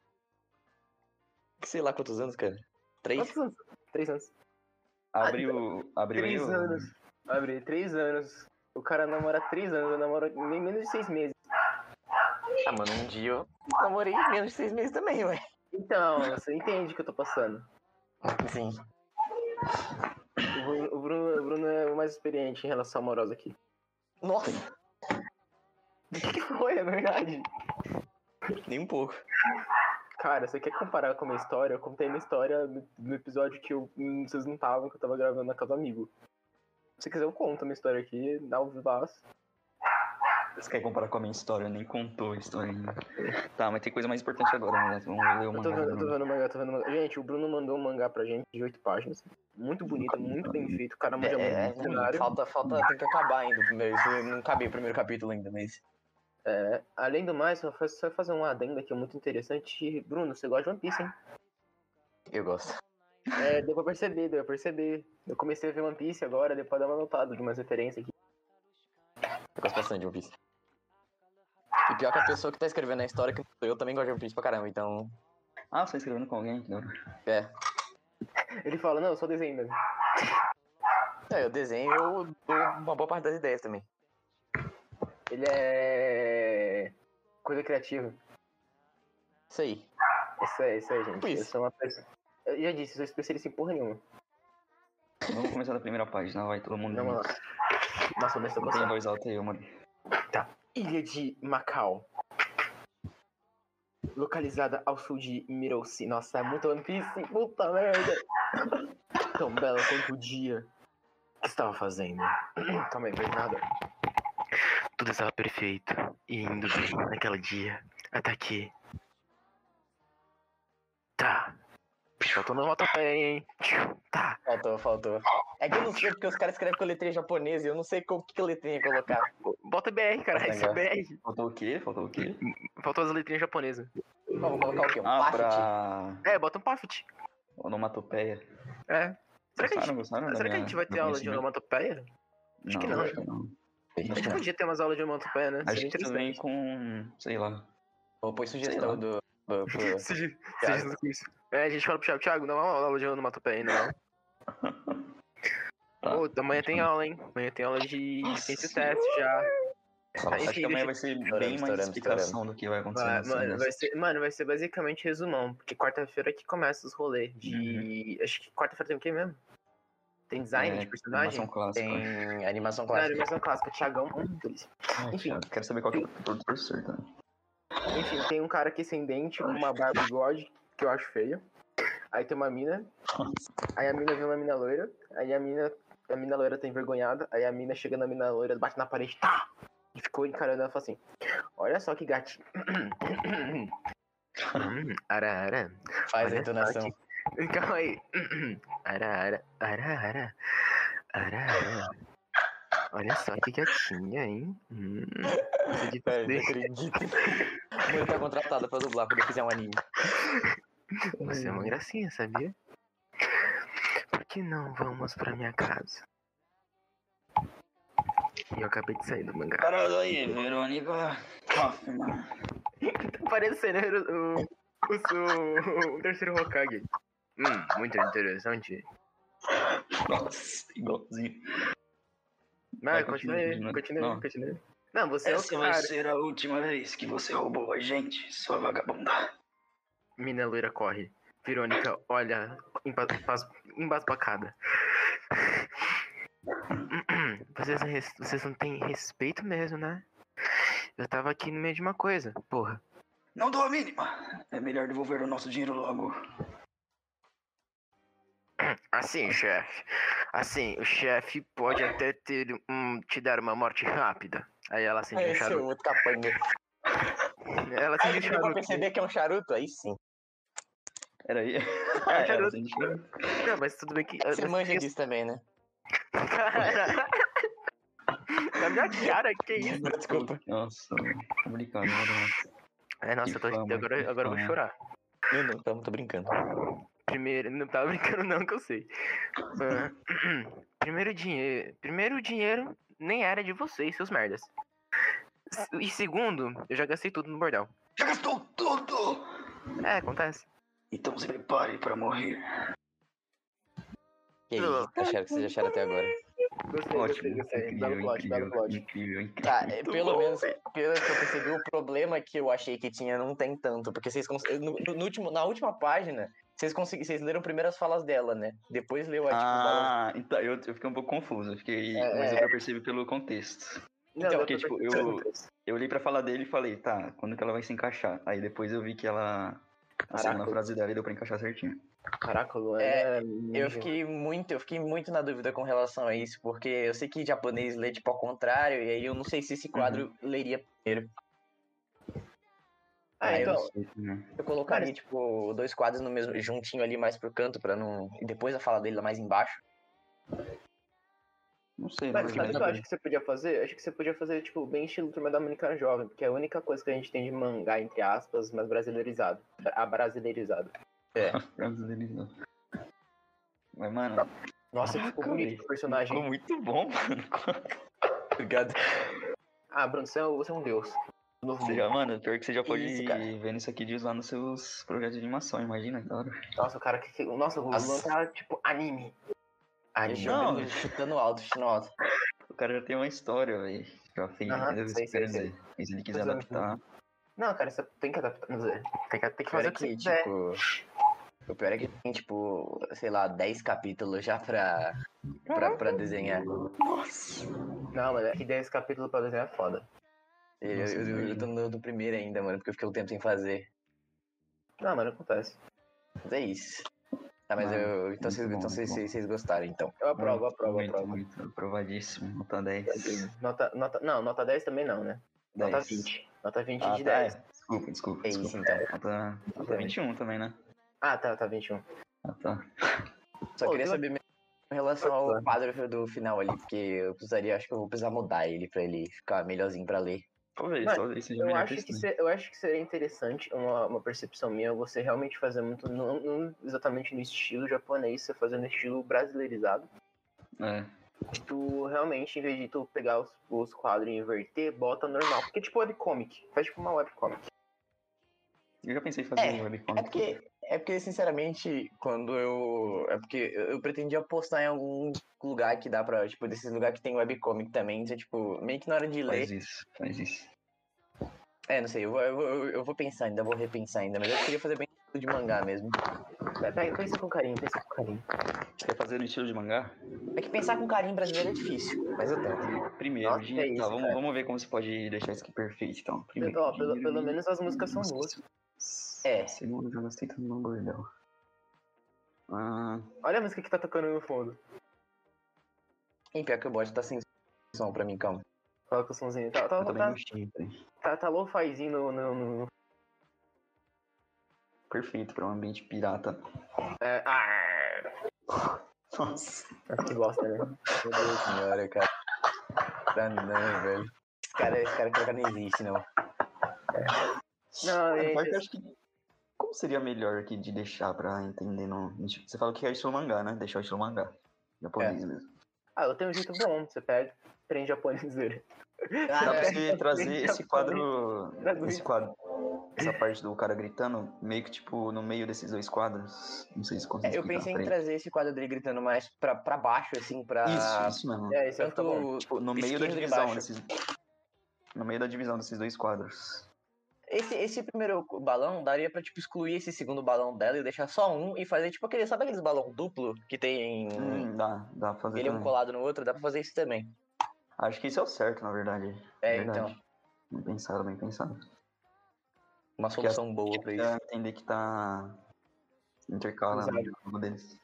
[SPEAKER 3] Sei lá quantos anos, cara. Três?
[SPEAKER 2] Quantos anos? Três anos.
[SPEAKER 1] abriu, abriu aí
[SPEAKER 2] tá Três
[SPEAKER 1] o-
[SPEAKER 2] anos. Abri, três anos. O cara namora três anos, eu namoro nem menos de seis meses.
[SPEAKER 3] Ah, mano, um dia eu namorei menos de seis meses também, ué.
[SPEAKER 2] Então, você entende o que eu tô passando.
[SPEAKER 3] Sim.
[SPEAKER 2] O Bruno, o Bruno- o Bruno é o mais experiente em relação amorosa aqui.
[SPEAKER 3] Nossa,
[SPEAKER 2] O que foi, é verdade?
[SPEAKER 3] nem um pouco.
[SPEAKER 2] Cara, você quer comparar com a minha história? Eu contei a minha história no, no episódio que eu, hum, vocês não estavam, que eu tava gravando na casa do amigo. Se quiser, eu conto a minha história aqui, dá um vivaço.
[SPEAKER 1] Você quer comparar com a minha história? Nem contou a história ainda. Tá, mas tem coisa mais importante agora, né? Vamos ler
[SPEAKER 2] Eu
[SPEAKER 1] uma
[SPEAKER 2] tô vendo, eu tô vendo o mangá, tô vendo o mangá. Gente, o Bruno mandou um mangá pra gente de oito páginas. Muito bonito, muito bem feito. O cara manja
[SPEAKER 3] É,
[SPEAKER 2] muito do cenário.
[SPEAKER 3] falta, falta, tem que acabar ainda. o primeiro. Isso não acabei o primeiro capítulo ainda, mas.
[SPEAKER 2] É, além do mais, só fa- só fazer um adendo aqui muito interessante. Bruno, você gosta de One Piece, hein?
[SPEAKER 3] Eu gosto.
[SPEAKER 2] É, deu pra perceber, deu pra perceber. Eu comecei a ver One Piece agora, deu pra dar uma notada de umas referências aqui.
[SPEAKER 3] Eu gosto bastante de One Piece. E pior que a pessoa que tá escrevendo a história, que sou eu também gosto de One Piece pra caramba, então.
[SPEAKER 1] Ah, você tá escrevendo com alguém? que da hora.
[SPEAKER 3] É.
[SPEAKER 2] Ele fala, não, eu só desenho mesmo.
[SPEAKER 3] É, eu desenho eu dou uma boa parte das ideias também.
[SPEAKER 2] Ele é. coisa criativa.
[SPEAKER 3] Isso aí.
[SPEAKER 2] Isso aí, isso aí, gente.
[SPEAKER 3] Tipo isso.
[SPEAKER 2] Eu sou uma pessoa. Eu já disse, eu sou especialista em porra nenhuma.
[SPEAKER 1] Vamos começar da primeira página, vai, todo mundo.
[SPEAKER 2] Não, mano. Nossa, mas tô
[SPEAKER 1] Tem
[SPEAKER 2] gostando.
[SPEAKER 1] voz alta aí, mano.
[SPEAKER 2] Ilha de Macau. Localizada ao sul de Mirouci. Nossa, é muito One Piece, puta merda. Tão bela quanto o dia. O que estava fazendo? Calma aí, não fez nada. Tudo estava perfeito e indo bem naquele dia. Até que. Tá. Bicho, eu tô no motopeia, hein? Tchiu, Tá.
[SPEAKER 3] Faltou, faltou. É que eu não sei porque os caras escrevem com letrinha japonesa e eu não sei qual que letrinha colocar.
[SPEAKER 2] Bota BR, cara. Isso é BR.
[SPEAKER 1] Faltou o quê? Faltou o quê?
[SPEAKER 2] Faltou as letrinhas japonesas.
[SPEAKER 3] Não, vou colocar o quê? Um
[SPEAKER 1] Ah,
[SPEAKER 3] Paffett?
[SPEAKER 1] pra.
[SPEAKER 2] É, bota um puffit.
[SPEAKER 1] Onomatopeia.
[SPEAKER 2] É. Será que a gente
[SPEAKER 1] Gostaram, gostaram? da
[SPEAKER 2] Será que a
[SPEAKER 1] minha-
[SPEAKER 2] gente vai
[SPEAKER 1] do
[SPEAKER 2] ter aula de
[SPEAKER 1] conhecimento?
[SPEAKER 2] onomatopeia? Acho que não,
[SPEAKER 1] Acho que não.
[SPEAKER 2] A gente
[SPEAKER 1] Não.
[SPEAKER 2] podia ter umas aulas de onomatopeia, né?
[SPEAKER 1] Acho
[SPEAKER 2] Seria
[SPEAKER 1] que É. também
[SPEAKER 2] interessante.
[SPEAKER 1] com. sei lá.
[SPEAKER 3] Vou pôr
[SPEAKER 1] lá.
[SPEAKER 3] sugestão do. do- do-
[SPEAKER 2] Seja-
[SPEAKER 3] Thiago.
[SPEAKER 2] seja do curso. É, a gente fala pro Thiago, Thiago, não é uma aula de onomatopeia ainda, não.
[SPEAKER 1] Tá.
[SPEAKER 2] Ô, amanhã tem aula, hein? Amanhã tem aula de
[SPEAKER 1] Nossa
[SPEAKER 2] ciência e teste já.
[SPEAKER 3] Nossa,
[SPEAKER 1] Acho que
[SPEAKER 2] Enfim,
[SPEAKER 1] amanhã
[SPEAKER 2] deixa-
[SPEAKER 1] vai ser bem
[SPEAKER 3] Estouramos,
[SPEAKER 1] mais
[SPEAKER 3] estouramos,
[SPEAKER 1] explicação do que vai acontecer.
[SPEAKER 2] Vai,
[SPEAKER 1] nessa
[SPEAKER 2] mano, vai
[SPEAKER 1] mesa.
[SPEAKER 2] ser, mano, vai ser basicamente resumão, porque quarta-feira é que começa os rolês de. Acho que quarta-feira tem o quê mesmo? Tem design
[SPEAKER 1] Uhum. É,
[SPEAKER 2] de personagem?
[SPEAKER 1] animação clássica.
[SPEAKER 3] Tem animação
[SPEAKER 2] Na
[SPEAKER 3] clássica.
[SPEAKER 2] animação clássica, Thiagão. Hum, delícia.
[SPEAKER 1] Ai,
[SPEAKER 2] enfim.
[SPEAKER 1] Thiago, Ah, quero saber qual que é o professor também.
[SPEAKER 2] Enfim, tem um cara aqui sem dente, com uma barba e bigode, que eu acho feio. Aí tem uma mina. Aí a mina vê uma mina loira. Aí a mina, a mina loira tá envergonhada. Aí a mina chega na mina loira, bate na parede, tá! E ficou encarando ela e fala assim: Olha só que gatinho. Hum, ara, ara.
[SPEAKER 3] Faz
[SPEAKER 2] Olha só
[SPEAKER 3] a entonação.
[SPEAKER 2] que- assim, Calma aí. Ara, ara, ara, ara. Ara, ara. Olha só que gatinha, hein? Hum, essa de
[SPEAKER 3] Velho,
[SPEAKER 2] você.
[SPEAKER 3] não acredito. Mano, tá contratada pra dublar quando eu fizer um anime.
[SPEAKER 2] Hum. Você é uma gracinha, sabia? Porque que não vamos pra minha casa? E eu acabei de sair do mangá.
[SPEAKER 1] Parou aí, Verônica Kaufman.
[SPEAKER 2] Tá parecendo o, o, o, o terceiro Hokage. Hum, muito interessante.
[SPEAKER 1] Nossa, igualzinho. Vai,
[SPEAKER 2] Mas continua aí,
[SPEAKER 1] continua,
[SPEAKER 2] continua aí,
[SPEAKER 1] não.
[SPEAKER 2] continua aí. Não, você é o cara.
[SPEAKER 1] ser a última vez que você roubou a gente, sua vagabunda.
[SPEAKER 2] Mina loira corre. Verônica olha emba- faz- embasbacada. Vocês, não res- vocês não têm respeito mesmo, né? Eu tava aqui no meio de uma coisa, porra.
[SPEAKER 1] Não dou a mínima. É melhor devolver o nosso dinheiro logo.
[SPEAKER 2] Assim, chefe. Assim, o chefe pode até ter um- te dar uma morte rápida. Aí ela acende um
[SPEAKER 3] Esse é
[SPEAKER 2] charuto.
[SPEAKER 3] o outro capanga.
[SPEAKER 2] Ela
[SPEAKER 3] Aí
[SPEAKER 2] acende um
[SPEAKER 3] deu pra
[SPEAKER 2] charuto.
[SPEAKER 3] perceber que é um charuto, aí sim.
[SPEAKER 1] Peraí. é,
[SPEAKER 2] Ah,
[SPEAKER 1] era,
[SPEAKER 2] garoto.
[SPEAKER 1] você entendeu?
[SPEAKER 2] Não, mas tudo bem que.
[SPEAKER 3] Você manja disso também, né?
[SPEAKER 2] Cara! Na minha cara, que isso?
[SPEAKER 3] Desculpa.
[SPEAKER 1] Nossa, complicado. né?
[SPEAKER 2] É, nossa, eu tô,
[SPEAKER 1] fama,
[SPEAKER 2] agora,
[SPEAKER 1] que
[SPEAKER 2] agora eu vou
[SPEAKER 1] fama.
[SPEAKER 2] chorar.
[SPEAKER 3] Não, não, calma, tô brincando.
[SPEAKER 2] Primeiro, não tava brincando não que eu sei. Ah, primeiro dinheiro, primeiro dinheiro nem era de vocês, seus merdas. S- E segundo, eu já gastei tudo no bordel.
[SPEAKER 1] Já gastou tudo!
[SPEAKER 2] É, acontece.
[SPEAKER 1] Então se prepare pra morrer.
[SPEAKER 2] Tá
[SPEAKER 3] E aí, o que Tá acharam que vocês acharam é até agora?
[SPEAKER 2] Gostei,
[SPEAKER 1] Ótimo.
[SPEAKER 2] Belo
[SPEAKER 1] tipo, Incrível,
[SPEAKER 2] plot, tipo, belo
[SPEAKER 1] incrível,
[SPEAKER 2] plot.
[SPEAKER 1] incrível, incrível.
[SPEAKER 3] Tá, é,
[SPEAKER 1] Muito
[SPEAKER 3] pelo
[SPEAKER 1] bom.
[SPEAKER 3] menos, pelo que eu percebi, o problema que eu achei que tinha não tem tanto. Porque vocês cons- no, no- no último, na última página, vocês conseguiram. Vocês leram primeiro as falas dela, né? Depois leu a tipo, balança.
[SPEAKER 1] Ah, então eu, eu fiquei um pouco confuso. eu Fiquei,
[SPEAKER 3] É,
[SPEAKER 1] mas
[SPEAKER 3] é.
[SPEAKER 1] eu já percebi pelo contexto.
[SPEAKER 2] Não,
[SPEAKER 3] Então,
[SPEAKER 2] dá
[SPEAKER 1] porque,
[SPEAKER 2] pra-
[SPEAKER 1] tipo, eu- Eu olhei pra falar dele e falei, tá, quando que ela vai se encaixar? Aí depois eu vi que ela. A segunda
[SPEAKER 2] Caraca.
[SPEAKER 1] frase dela deu pra encaixar certinho.
[SPEAKER 2] Caraca, Luan.
[SPEAKER 3] É,
[SPEAKER 2] é
[SPEAKER 3] Eu
[SPEAKER 2] ninja.
[SPEAKER 3] fiquei muito, eu fiquei muito na dúvida com relação a isso, porque eu sei que japonês lê tipo ao contrário, e aí eu não sei se esse quadro
[SPEAKER 1] Uhum.
[SPEAKER 3] leria primeiro.
[SPEAKER 2] Ah,
[SPEAKER 3] Ah,
[SPEAKER 1] É, eu
[SPEAKER 2] então.
[SPEAKER 1] não sei né? também.
[SPEAKER 3] Eu colocaria, tipo, dois quadros no mesmo juntinho ali mais pro canto pra não. E depois a fala dele lá mais embaixo.
[SPEAKER 1] Não sei,
[SPEAKER 2] Mas
[SPEAKER 1] não
[SPEAKER 2] sabe o que eu acho que você podia fazer? Acho que você podia fazer, tipo, bem estilo Turma da Mônica Jovem, porque é a única coisa que a gente tem de mangá, entre aspas, mas brasileirizado. Abrasileirizado.
[SPEAKER 1] então. Mas, mano,
[SPEAKER 2] Nossa,
[SPEAKER 1] Caraca,
[SPEAKER 2] ficou bonito
[SPEAKER 1] velho.
[SPEAKER 2] o personagem.
[SPEAKER 1] ficou muito bom, mano.
[SPEAKER 3] Obrigado.
[SPEAKER 2] Ah, Bruno, você é, você é um deus. Do novo
[SPEAKER 1] Você
[SPEAKER 2] mundo.
[SPEAKER 1] já, mano, pior que você já pode
[SPEAKER 3] Isso,
[SPEAKER 1] ir
[SPEAKER 3] cara.
[SPEAKER 1] vendo isso aqui de usar nos seus projetos de animação, imagina, que da hora.
[SPEAKER 2] Nossa, o cara que. que- Nossa, o Luan
[SPEAKER 3] Nossa.
[SPEAKER 2] tá tipo anime. Anime.
[SPEAKER 1] Não.
[SPEAKER 3] Chutando, chutando alto, chutando alto.
[SPEAKER 1] O cara já tem uma história, velho. Já fez,
[SPEAKER 2] Aham,
[SPEAKER 1] entendeu? Isso
[SPEAKER 2] sei,
[SPEAKER 1] que eu quero
[SPEAKER 2] sei, é, sei.
[SPEAKER 1] dizer. Mas se ele quiser
[SPEAKER 2] Mas eu-
[SPEAKER 1] adaptar.
[SPEAKER 2] Não, cara, você tem que adaptar. Não sei. Tem que, tem que
[SPEAKER 3] pior
[SPEAKER 2] fazer
[SPEAKER 3] é
[SPEAKER 2] o que você
[SPEAKER 3] que,
[SPEAKER 2] quiser.
[SPEAKER 3] tipo. O pior é que tem, tipo, sei lá, 10 capítulos já pra, pra, pra desenhar.
[SPEAKER 1] Nossa!
[SPEAKER 2] Não, mas é que 10 capítulos pra desenhar é foda.
[SPEAKER 3] Eu, eu, eu, eu tô no, no primeiro ainda, mano, porque eu fiquei um tempo sem fazer.
[SPEAKER 2] Não, mano, acontece.
[SPEAKER 3] Mas é isso. Ah, mas
[SPEAKER 1] Mano,
[SPEAKER 3] eu.
[SPEAKER 1] muito
[SPEAKER 3] Então vocês
[SPEAKER 1] bom,
[SPEAKER 3] então vocês-
[SPEAKER 1] muito bom.
[SPEAKER 3] vocês- vocês gostaram, então.
[SPEAKER 2] Eu aprovo,
[SPEAKER 1] Muito,
[SPEAKER 2] aprovo,
[SPEAKER 1] muito,
[SPEAKER 2] aprovo.
[SPEAKER 1] muito. Aprovadíssimo. Nota 10.
[SPEAKER 2] Nota, nota, não, nota 10 também não, né? Nota
[SPEAKER 1] 10.
[SPEAKER 2] 20. Nota 20
[SPEAKER 1] Ah,
[SPEAKER 2] de
[SPEAKER 1] tá,
[SPEAKER 2] 10.
[SPEAKER 1] é. Desculpa, desculpa.
[SPEAKER 3] É isso,
[SPEAKER 1] desculpa.
[SPEAKER 3] então.
[SPEAKER 1] Nota, nota 21 também, né?
[SPEAKER 2] Ah, tá, tá 21.
[SPEAKER 1] Ah, tá.
[SPEAKER 3] Só
[SPEAKER 2] Pô,
[SPEAKER 3] queria
[SPEAKER 2] eu-
[SPEAKER 3] saber mesmo em relação ao quadro do final ali, porque eu precisaria, acho que eu vou precisar mudar ele pra ele ficar melhorzinho pra ler.
[SPEAKER 1] Talvez,
[SPEAKER 2] Mano,
[SPEAKER 1] talvez seja
[SPEAKER 2] Eu
[SPEAKER 1] melhor
[SPEAKER 2] acho,
[SPEAKER 1] isso,
[SPEAKER 2] que
[SPEAKER 1] né?
[SPEAKER 2] se- eu acho que seria interessante, uma, uma percepção minha, você realmente fazer muito, não, não exatamente no estilo japonês, você fazer no estilo brasileirizado.
[SPEAKER 1] É.
[SPEAKER 2] Tu realmente, em vez de tu pegar os, os quadros e inverter, bota normal. Porque é tipo webcomic, faz tipo uma webcomic.
[SPEAKER 1] Eu já pensei em fazer um
[SPEAKER 3] É
[SPEAKER 1] webcomic.
[SPEAKER 3] porque, é porque, sinceramente, quando eu. É porque eu eu pretendia postar em algum lugar que dá pra. Tipo, desses lugares que tem webcomic também. Você, tipo, meio que na hora de ler.
[SPEAKER 1] Faz isso, faz isso.
[SPEAKER 3] É, não sei, eu vou, eu, vou, eu vou pensar ainda, vou repensar ainda, mas eu queria fazer bem estilo de mangá mesmo.
[SPEAKER 2] Pe- pe- Pensa com carinho, pensa com carinho.
[SPEAKER 1] Você quer fazer no estilo de mangá?
[SPEAKER 3] É que pensar com carinho brasileiro é difícil, mas eu tento.
[SPEAKER 1] Primeiro,
[SPEAKER 2] Nossa,
[SPEAKER 1] dinhe-
[SPEAKER 2] é isso,
[SPEAKER 1] tá, vamos,
[SPEAKER 2] cara.
[SPEAKER 1] vamos ver como você pode deixar isso aqui perfeito, então. Primeiro,
[SPEAKER 2] Ó, pelo,
[SPEAKER 1] dinheiro
[SPEAKER 2] pelo
[SPEAKER 1] e-
[SPEAKER 2] menos as músicas são
[SPEAKER 1] Nossa,
[SPEAKER 2] boas.
[SPEAKER 1] se-
[SPEAKER 3] É.
[SPEAKER 1] Segundo, já gastei tudo no bordel. Ah,
[SPEAKER 2] Olha a música que tá tocando no fundo.
[SPEAKER 3] E pior que o bot tá sem som pra mim, calma.
[SPEAKER 2] Coloca o somzinho. Tá, tá,
[SPEAKER 1] eu também
[SPEAKER 2] tá,
[SPEAKER 1] não achei, peraí.
[SPEAKER 2] tá, tá lo-fizinho no, no, no-
[SPEAKER 1] Perfeito pra um ambiente pirata.
[SPEAKER 2] É, ah,
[SPEAKER 1] Nossa.
[SPEAKER 2] que bosta, né?
[SPEAKER 3] Meu Deus senhora, cara. Tá não, velho. Esse cara, esse cara que não existe, não.
[SPEAKER 2] Não,
[SPEAKER 1] Cara,
[SPEAKER 2] é gente,
[SPEAKER 1] pior que eu acho que Como seria melhor aqui de deixar pra entender no. Você fala que é estilo mangá, né? Deixar o estilo mangá. Japonês mesmo.
[SPEAKER 2] Ah, eu tenho um jeito bom. Você pega, aprende japonês dele.
[SPEAKER 3] Ah,
[SPEAKER 1] Dá
[SPEAKER 2] é.
[SPEAKER 1] pra você trazer
[SPEAKER 2] Japonês.
[SPEAKER 1] esse quadro.
[SPEAKER 2] Traduz.
[SPEAKER 1] Esse quadro. Essa parte do cara gritando, meio que tipo no meio desses dois quadros. Não sei se
[SPEAKER 3] É,
[SPEAKER 1] consegue
[SPEAKER 3] eu
[SPEAKER 1] explicar
[SPEAKER 3] pensei
[SPEAKER 1] pra
[SPEAKER 3] em
[SPEAKER 1] ele.
[SPEAKER 3] trazer esse quadro dele gritando mais pra, pra baixo, assim, pra.
[SPEAKER 1] Isso, isso mesmo.
[SPEAKER 2] É, isso vai ficar bom.
[SPEAKER 3] Tanto
[SPEAKER 1] Tipo, no meio da
[SPEAKER 3] esquerda e
[SPEAKER 1] divisão
[SPEAKER 3] baixo.
[SPEAKER 1] desses. No meio da divisão desses dois quadros.
[SPEAKER 3] Esse, esse primeiro balão daria pra, tipo, excluir esse segundo balão dela e deixar só um e fazer, tipo, aquele. Sabe aqueles balão duplo que tem.
[SPEAKER 1] Hum, dá, dá pra fazer
[SPEAKER 3] ele um
[SPEAKER 1] também.
[SPEAKER 3] colado no outro? Dá pra fazer isso também.
[SPEAKER 1] Acho que isso é o certo, na verdade.
[SPEAKER 3] É,
[SPEAKER 1] Verdade.
[SPEAKER 3] então.
[SPEAKER 1] Bem pensado, bem pensado.
[SPEAKER 3] Uma
[SPEAKER 1] Porque
[SPEAKER 3] solução boa pra isso.
[SPEAKER 1] Pra entender que tá intercalando
[SPEAKER 2] Exato.
[SPEAKER 1] o jogo deles.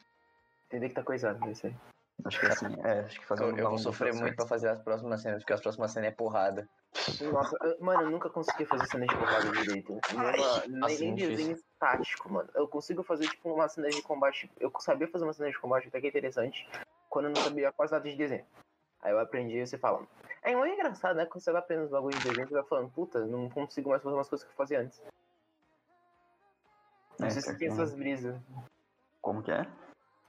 [SPEAKER 2] Entender que tá coisado, é isso aí.
[SPEAKER 1] Acho que é assim, é, acho que fazer
[SPEAKER 3] Eu,
[SPEAKER 1] um
[SPEAKER 3] eu
[SPEAKER 1] balão
[SPEAKER 3] vou sofrer
[SPEAKER 1] tá
[SPEAKER 3] muito pra
[SPEAKER 1] certo.
[SPEAKER 3] fazer as próximas cenas, porque as próximas cenas é porrada.
[SPEAKER 2] Nossa, eu- mano, eu nunca consegui fazer cena de porrada direito. Nenhuma- nem,
[SPEAKER 3] assim,
[SPEAKER 2] nem
[SPEAKER 3] difícil.
[SPEAKER 2] desenho estático, mano. Eu consigo fazer, tipo, uma cena de combate. Eu sabia fazer uma cena de combate até que é interessante, quando eu não sabia quase nada de desenho. Aí eu aprendi e você fala. É muito engraçado, né? Quando você vai aprendendo os bagulhos de desenho, você vai falando, puta, não consigo mais fazer umas coisas que eu fazia antes. Não
[SPEAKER 1] É,
[SPEAKER 2] sei se
[SPEAKER 1] cara,
[SPEAKER 2] tem
[SPEAKER 1] como-
[SPEAKER 2] essas brisas.
[SPEAKER 1] Como que é?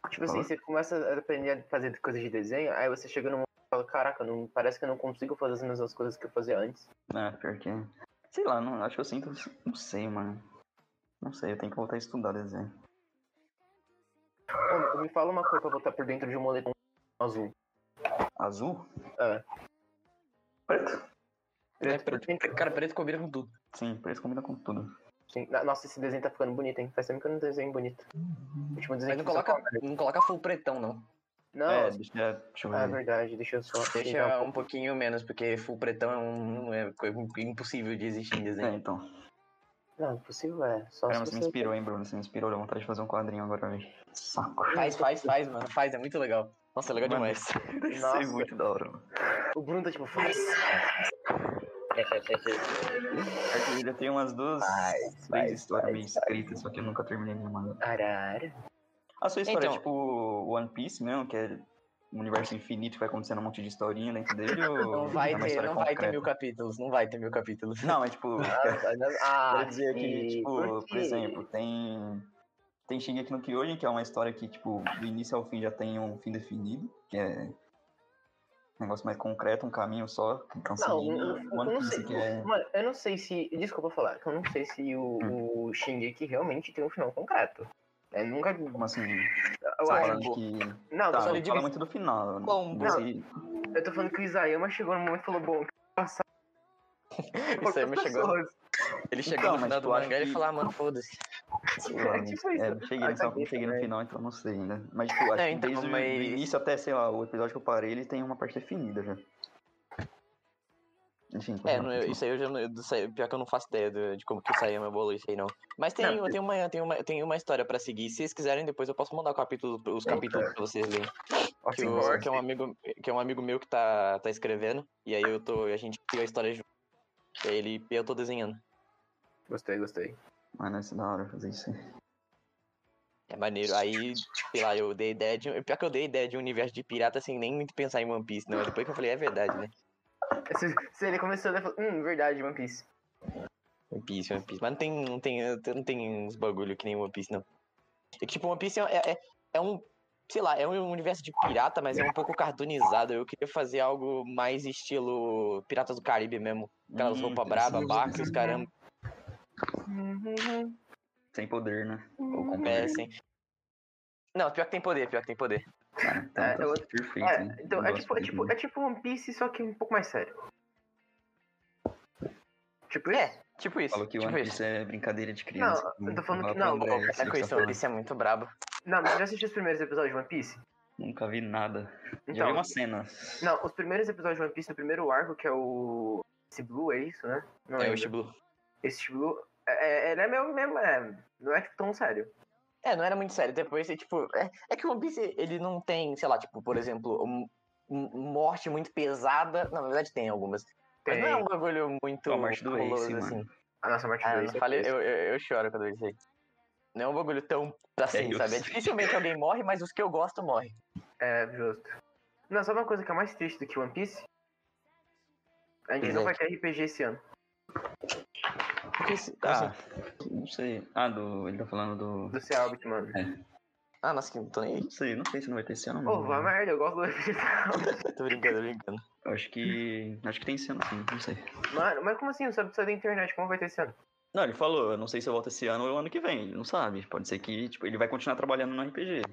[SPEAKER 2] Tipo assim,
[SPEAKER 1] Falou?
[SPEAKER 2] você começa a aprender a fazer coisas de desenho, aí você chega num momento e fala, caraca, não, parece que eu não consigo fazer as mesmas coisas que eu fazia antes.
[SPEAKER 1] É, pior que é. Sei lá, não, acho que eu sinto. Não sei, mano. Não sei, eu tenho que voltar a estudar desenho.
[SPEAKER 2] Ô, me fala uma coisa pra botar por dentro de um moletom azul.
[SPEAKER 1] Azul?
[SPEAKER 2] É.
[SPEAKER 1] Preto?
[SPEAKER 3] Preto,
[SPEAKER 2] por dentro.
[SPEAKER 3] Cara, preto combina com tudo.
[SPEAKER 1] Sim, preto combina com tudo.
[SPEAKER 2] Sim. Na- Nossa, esse desenho tá ficando bonito, hein? Faz tempo que eu não desenho bonito. O último desenho
[SPEAKER 3] Mas não
[SPEAKER 2] que eu só-
[SPEAKER 3] coloca, não coloca full pretão, não.
[SPEAKER 2] Não,
[SPEAKER 1] é,
[SPEAKER 2] é,
[SPEAKER 1] deixa, é, deixa eu
[SPEAKER 2] ah, é
[SPEAKER 1] ver.
[SPEAKER 2] verdade, deixa eu só.
[SPEAKER 3] Deixa um pouquinho menos, porque full pretão é, um, é coisa impossível de existir em
[SPEAKER 1] É,
[SPEAKER 3] desenho.
[SPEAKER 1] então.
[SPEAKER 2] Não, impossível é. Só
[SPEAKER 1] Caramba,
[SPEAKER 2] se
[SPEAKER 1] você
[SPEAKER 2] você...
[SPEAKER 1] me inspirou, hein, Bruno? Você me inspirou, deu vontade de fazer um quadrinho agora, velho. Saco.
[SPEAKER 3] Faz, faz, faz, mano. Faz, é muito legal. Nossa, é legal
[SPEAKER 1] Mano,
[SPEAKER 3] demais.
[SPEAKER 1] Deve ser
[SPEAKER 2] Nossa.
[SPEAKER 1] é muito da hora, mano.
[SPEAKER 2] O Bruno tá tipo, faz.
[SPEAKER 3] é,
[SPEAKER 1] Pior que Eu já tenho umas duas, três
[SPEAKER 2] vai,
[SPEAKER 1] histórias
[SPEAKER 2] vai,
[SPEAKER 1] meio escritas, só que eu nunca terminei nenhuma. né?
[SPEAKER 2] Arara.
[SPEAKER 1] A sua história
[SPEAKER 3] Então-
[SPEAKER 1] é tipo One Piece mesmo, que é um universo infinito que vai acontecendo um monte de historinha dentro dele? Ou
[SPEAKER 3] Não vai
[SPEAKER 1] é uma
[SPEAKER 3] ter,
[SPEAKER 1] história
[SPEAKER 3] não vai ter
[SPEAKER 1] concreta?
[SPEAKER 3] mil capítulos, não vai ter mil capítulos.
[SPEAKER 1] Não, é tipo.
[SPEAKER 2] Ah,
[SPEAKER 1] Quer dizer que,
[SPEAKER 2] sim,
[SPEAKER 1] tipo,
[SPEAKER 2] por
[SPEAKER 1] por
[SPEAKER 2] quê?
[SPEAKER 1] exemplo, tem. Tem Shingeki no Kyojin, que é uma história que, tipo, do início ao fim já tem um fim definido, que é um negócio mais concreto, um caminho só, que estão
[SPEAKER 2] Não,
[SPEAKER 1] seguindo.
[SPEAKER 2] eu-
[SPEAKER 1] One
[SPEAKER 2] eu- eu não
[SPEAKER 1] Piece,
[SPEAKER 2] sei.
[SPEAKER 1] que é.
[SPEAKER 2] Mano, eu não sei se. Desculpa falar, que eu não sei se o, o Shingeki realmente tem um final concreto. É, nunca. Eu
[SPEAKER 1] Como assim? Você
[SPEAKER 2] acho.
[SPEAKER 1] fala de que.
[SPEAKER 2] Não,
[SPEAKER 1] Tá,
[SPEAKER 2] eu tô
[SPEAKER 1] não
[SPEAKER 3] só
[SPEAKER 2] falando-
[SPEAKER 3] ele
[SPEAKER 1] fala
[SPEAKER 3] divide-
[SPEAKER 1] muito do final. né? Tipo,
[SPEAKER 3] Bom,
[SPEAKER 1] não sei-
[SPEAKER 2] eu tô falando que o Isayama chegou no momento e falou: bom,
[SPEAKER 3] Isso aí me
[SPEAKER 2] poucas
[SPEAKER 3] chegou.
[SPEAKER 2] pessoas.
[SPEAKER 3] Ele chegou
[SPEAKER 1] Então,
[SPEAKER 3] no
[SPEAKER 1] mas
[SPEAKER 3] final do
[SPEAKER 1] tu acha
[SPEAKER 3] mangá e ele
[SPEAKER 1] que-
[SPEAKER 3] falou, ah, mano, foda-se.
[SPEAKER 1] sei lá,
[SPEAKER 2] É, tipo
[SPEAKER 1] não-
[SPEAKER 2] isso.
[SPEAKER 1] é, não cheguei,
[SPEAKER 2] Ai,
[SPEAKER 1] nessa- não
[SPEAKER 2] caguei
[SPEAKER 1] cheguei no
[SPEAKER 2] também.
[SPEAKER 1] final, então não sei ainda. Mas, tipo, acho
[SPEAKER 3] É,
[SPEAKER 1] que
[SPEAKER 3] então,
[SPEAKER 1] desde o
[SPEAKER 3] mas-
[SPEAKER 1] início até, sei lá, o episódio que eu parei, ele tem uma parte definida já. Enfim,
[SPEAKER 3] É,
[SPEAKER 1] continua,
[SPEAKER 3] não, eu-
[SPEAKER 1] continua.
[SPEAKER 3] isso aí eu já não. eu- isso aí- Pior que eu não faço ideia do- de como que o Sayama bolou isso aí, não. Mas tem,
[SPEAKER 2] Não,
[SPEAKER 3] tem, uma, tem, uma, tem uma história pra seguir. Se vocês quiserem, depois eu posso mandar o capítulo, os capítulos pra vocês lerem. Que,
[SPEAKER 2] Nossa,
[SPEAKER 3] o-
[SPEAKER 2] embora.
[SPEAKER 3] que é um amigo, que é um amigo meu que tá, tá escrevendo. E aí eu tô. A gente criou a história junto. E aí ele, eu tô desenhando.
[SPEAKER 2] Gostei, gostei.
[SPEAKER 1] Mas deve ser da hora fazer isso.
[SPEAKER 3] É maneiro. Aí, sei lá, eu dei ideia de. Pior que eu dei ideia de um universo de pirata sem nem muito pensar em One Piece, não. Depois que eu falei, é verdade, né?
[SPEAKER 2] Se, se ele começou, ele falou: hum, verdade, One Piece.
[SPEAKER 3] One Piece, One Piece. Mas não tem, não tem, não tem uns bagulho que nem One Piece, não. É que, tipo, One Piece é, é, é um. Sei lá, é um universo de pirata, mas é um pouco cartoonizado. Eu queria fazer algo mais estilo Piratas do Caribe mesmo. Aquelas
[SPEAKER 1] Hum,
[SPEAKER 3] roupas braba,
[SPEAKER 1] sim,
[SPEAKER 3] barcos,
[SPEAKER 1] sim.
[SPEAKER 3] os caramba. Uhum,
[SPEAKER 1] Sem poder, né? Ou com
[SPEAKER 3] É,
[SPEAKER 1] poder.
[SPEAKER 3] sim. Não, pior que tem poder, pior que tem poder.
[SPEAKER 1] Ah, então
[SPEAKER 2] É,
[SPEAKER 1] tá
[SPEAKER 2] eu-
[SPEAKER 1] perfeito.
[SPEAKER 2] É,
[SPEAKER 3] Uhum.
[SPEAKER 1] hein?
[SPEAKER 2] então,
[SPEAKER 1] Eu
[SPEAKER 2] é
[SPEAKER 1] gosto
[SPEAKER 2] tipo, é,
[SPEAKER 1] disso,
[SPEAKER 2] tipo,
[SPEAKER 1] né?
[SPEAKER 2] é tipo One Piece, só que um pouco mais sério. Tipo,
[SPEAKER 3] É,
[SPEAKER 2] isso?
[SPEAKER 3] Tipo isso.
[SPEAKER 1] Falou que o
[SPEAKER 3] tipo
[SPEAKER 1] One
[SPEAKER 3] isso.
[SPEAKER 1] Piece é brincadeira de criança.
[SPEAKER 2] Não,
[SPEAKER 1] né?
[SPEAKER 2] eu tô falando
[SPEAKER 1] Vai
[SPEAKER 2] que não,
[SPEAKER 3] Pô,
[SPEAKER 1] aprender isso
[SPEAKER 3] para
[SPEAKER 1] que
[SPEAKER 3] com
[SPEAKER 1] você
[SPEAKER 3] isso,
[SPEAKER 1] tá
[SPEAKER 3] One
[SPEAKER 1] falando.
[SPEAKER 3] Piece é muito brabo.
[SPEAKER 2] Não, mas já assistiu os primeiros episódios de One Piece?
[SPEAKER 1] Nunca vi nada. Já vi
[SPEAKER 2] Então,
[SPEAKER 1] uma cena.
[SPEAKER 2] não, os primeiros episódios de One Piece, o primeiro arco, que é o. Esse Blue, é isso, né? Não
[SPEAKER 3] É o
[SPEAKER 2] lembro.
[SPEAKER 3] Shibu.
[SPEAKER 2] Esse Blue. É, é, ele é meio. meio é, não é tipo, tão sério.
[SPEAKER 3] É, não era muito sério. Depois, é, tipo. É, é que o One Piece, ele não tem, sei lá, tipo, por exemplo, um- um- morte muito pesada. Na verdade, tem algumas. Mas não é um bagulho muito.
[SPEAKER 1] A morte do Ace,
[SPEAKER 3] cabuloso,
[SPEAKER 1] mano.
[SPEAKER 2] A nossa morte
[SPEAKER 3] Ah,
[SPEAKER 2] do
[SPEAKER 3] eu
[SPEAKER 2] Ace é
[SPEAKER 3] falei,
[SPEAKER 2] isso.
[SPEAKER 3] eu, eu, eu choro quando eu vejo isso aí. Não é um bagulho tão assim,
[SPEAKER 1] eu
[SPEAKER 3] sabe? É
[SPEAKER 1] sei.
[SPEAKER 3] dificilmente alguém morre, mas os que eu gosto morrem.
[SPEAKER 2] É, justo. Não, sabe uma coisa que é mais triste do que One Piece? A gente
[SPEAKER 3] Pois
[SPEAKER 2] não
[SPEAKER 3] é.
[SPEAKER 2] vai ter RPG esse ano.
[SPEAKER 1] Porque esse- Ah,
[SPEAKER 3] assim,
[SPEAKER 1] não sei. Ah, do. Ele tá falando do.
[SPEAKER 2] do Selbit, mano.
[SPEAKER 3] Ah, nossa, que não tô nem aí.
[SPEAKER 1] Não sei, não sei se não vai ter esse ano,
[SPEAKER 2] Pô,
[SPEAKER 1] mano.
[SPEAKER 2] vai merda, eu gosto do vegetal.
[SPEAKER 3] Tô brincando, tô brincando.
[SPEAKER 1] Eu acho que. Acho que tem esse ano, sim, não sei.
[SPEAKER 2] Mano, mas como assim? O Selbit saiu da internet, como vai ter esse ano?
[SPEAKER 1] Não, ele falou, eu não sei se eu volto esse ano ou ano que vem, ele não sabe. Pode ser que, tipo, ele vai continuar trabalhando no RPG.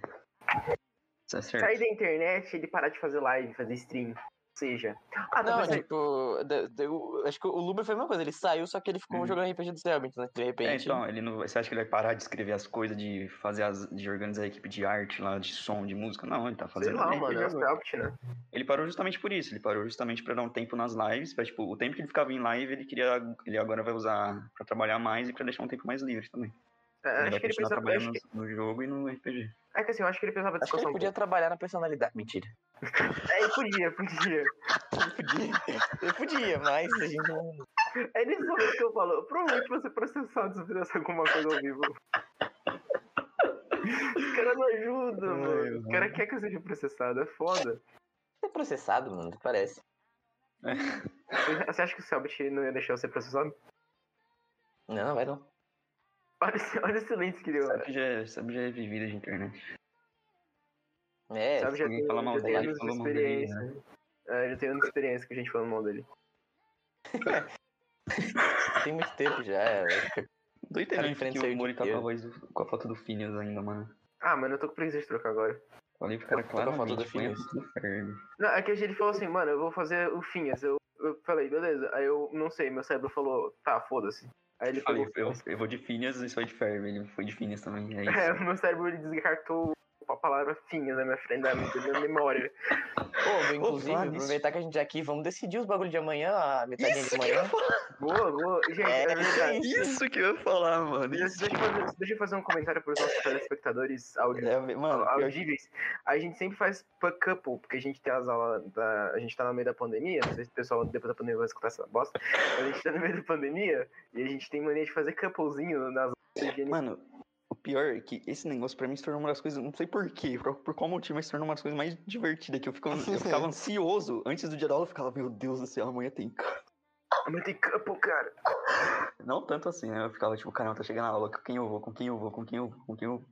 [SPEAKER 1] Isso é certo.
[SPEAKER 2] Sair da internet, ele parar de fazer live, fazer stream. Ou seja. Ah, não,
[SPEAKER 3] Não,
[SPEAKER 2] mas aí-
[SPEAKER 3] tipo, de- de- eu- acho que o Luber foi a mesma coisa, ele saiu, só que ele ficou
[SPEAKER 1] Uhum.
[SPEAKER 3] jogando RPG do Selbit, né? De repente.
[SPEAKER 1] É, então, ele não, você acha que ele vai parar de escrever as coisas, de fazer as, de organizar a equipe de arte lá, de som, de música? Não, ele tá
[SPEAKER 2] sei
[SPEAKER 1] fazendo.
[SPEAKER 2] lá,
[SPEAKER 1] também.
[SPEAKER 2] mano, é o
[SPEAKER 3] jogou.
[SPEAKER 2] Selbit, né?
[SPEAKER 1] Ele parou justamente por isso. Ele parou justamente pra dar um tempo nas lives, pra, tipo, o tempo que ele ficava em live, ele queria, ele agora vai usar pra trabalhar mais e pra deixar um tempo mais livre também.
[SPEAKER 2] É,
[SPEAKER 1] Ele
[SPEAKER 2] acho
[SPEAKER 1] vai
[SPEAKER 2] que ele
[SPEAKER 1] continuar
[SPEAKER 2] precisava.
[SPEAKER 1] trabalhando
[SPEAKER 2] acho que-
[SPEAKER 1] no jogo e no RPG.
[SPEAKER 2] É que assim, eu acho que ele precisava
[SPEAKER 3] Acho que
[SPEAKER 2] descansar
[SPEAKER 3] ele
[SPEAKER 2] um
[SPEAKER 3] podia
[SPEAKER 2] pouco.
[SPEAKER 3] trabalhar na personalidade. Mentira.
[SPEAKER 2] É, ele podia, podia.
[SPEAKER 3] Ele podia, ele podia, mas a gente não.
[SPEAKER 2] É nesse momento que eu falo, provavelmente você processado se fizesse alguma coisa ao vivo. Os caras não ajudam,
[SPEAKER 1] Ai,
[SPEAKER 2] mano. Os
[SPEAKER 1] mano.
[SPEAKER 2] caras querem que eu seja processado, é foda.
[SPEAKER 3] É processado, mano, parece.
[SPEAKER 2] Você- Você acha que o Selbit não ia deixar eu ser processado?
[SPEAKER 3] Não, não vai não.
[SPEAKER 2] Olha, esse- olha o silêncio que deu.
[SPEAKER 1] Sabe que já, é- sabe já é vivida de internet.
[SPEAKER 3] É,
[SPEAKER 2] Sabe, já
[SPEAKER 1] alguém
[SPEAKER 2] tem,
[SPEAKER 1] fala mal
[SPEAKER 2] já tem
[SPEAKER 1] dele,
[SPEAKER 2] anos de
[SPEAKER 1] fala mal dele, né?
[SPEAKER 2] experiência. É, já tem anos de experiência com a gente falando mal dele.
[SPEAKER 3] tem muito tempo já. é.
[SPEAKER 1] Tô entendendo
[SPEAKER 3] diferente
[SPEAKER 1] que
[SPEAKER 3] saiu
[SPEAKER 1] o
[SPEAKER 3] de
[SPEAKER 1] Mori tá com a,
[SPEAKER 3] inteiro.
[SPEAKER 1] voz do- com a foto do Phineas ainda, mano.
[SPEAKER 2] Ah, mano, eu tô com preguiça de trocar agora.
[SPEAKER 1] Falei pro cara
[SPEAKER 3] Tá com a
[SPEAKER 1] claramente.
[SPEAKER 3] foto do
[SPEAKER 1] põe a
[SPEAKER 3] Phineas.
[SPEAKER 1] foto do Ferb.
[SPEAKER 2] Não, é que ele falou assim, mano, eu vou fazer o Finhas. Eu, eu falei, beleza. Aí eu não sei, meu cérebro falou, tá, foda-se. Aí ele
[SPEAKER 1] Eu Falei,
[SPEAKER 2] falou.
[SPEAKER 1] eu, eu vou de Phineas e sou de Ferb. Ele foi de Phineas também. É
[SPEAKER 2] É,
[SPEAKER 1] isso.
[SPEAKER 2] o meu cérebro ele descartou a palavra finhas na minha frente, da minha, da minha memória.
[SPEAKER 3] Ô, inclusive,
[SPEAKER 1] falar nisso.
[SPEAKER 3] aproveitar que a gente é aqui, vamos decidir os bagulho de amanhã, a
[SPEAKER 1] Tá
[SPEAKER 3] metade de manhã.
[SPEAKER 2] Boa, boa. Gente, é,
[SPEAKER 3] É,
[SPEAKER 2] verdade.
[SPEAKER 1] Isso que eu ia falar, mano.
[SPEAKER 2] Deixa eu, fazer, deixa eu fazer um comentário para os nossos telespectadores áudio,
[SPEAKER 3] É, mano, pior que-
[SPEAKER 2] audíveis. A gente sempre faz puck couple, porque a gente tem as aulas da. A gente tá no meio da pandemia. Não sei se o pessoal depois da pandemia vai escutar essa bosta. Mas a gente tá no meio da pandemia e a gente tem mania de fazer couplezinho nas aulas de higiene.
[SPEAKER 1] Mano, o pior é que esse negócio pra mim se tornou uma das coisas, não sei porquê, por, por qual motivo, mas se tornou uma das coisas mais divertidas, que eu, fico, eu ficava ansioso antes do dia da aula, eu ficava, meu Deus do céu, amanhã tem ca-".
[SPEAKER 2] Mas tem É couple, cara.
[SPEAKER 1] Não tanto assim, né? Eu ficava tipo, caramba, tá chegando a aula, com quem eu vou, com quem eu vou, com quem eu vou, com quem eu vou.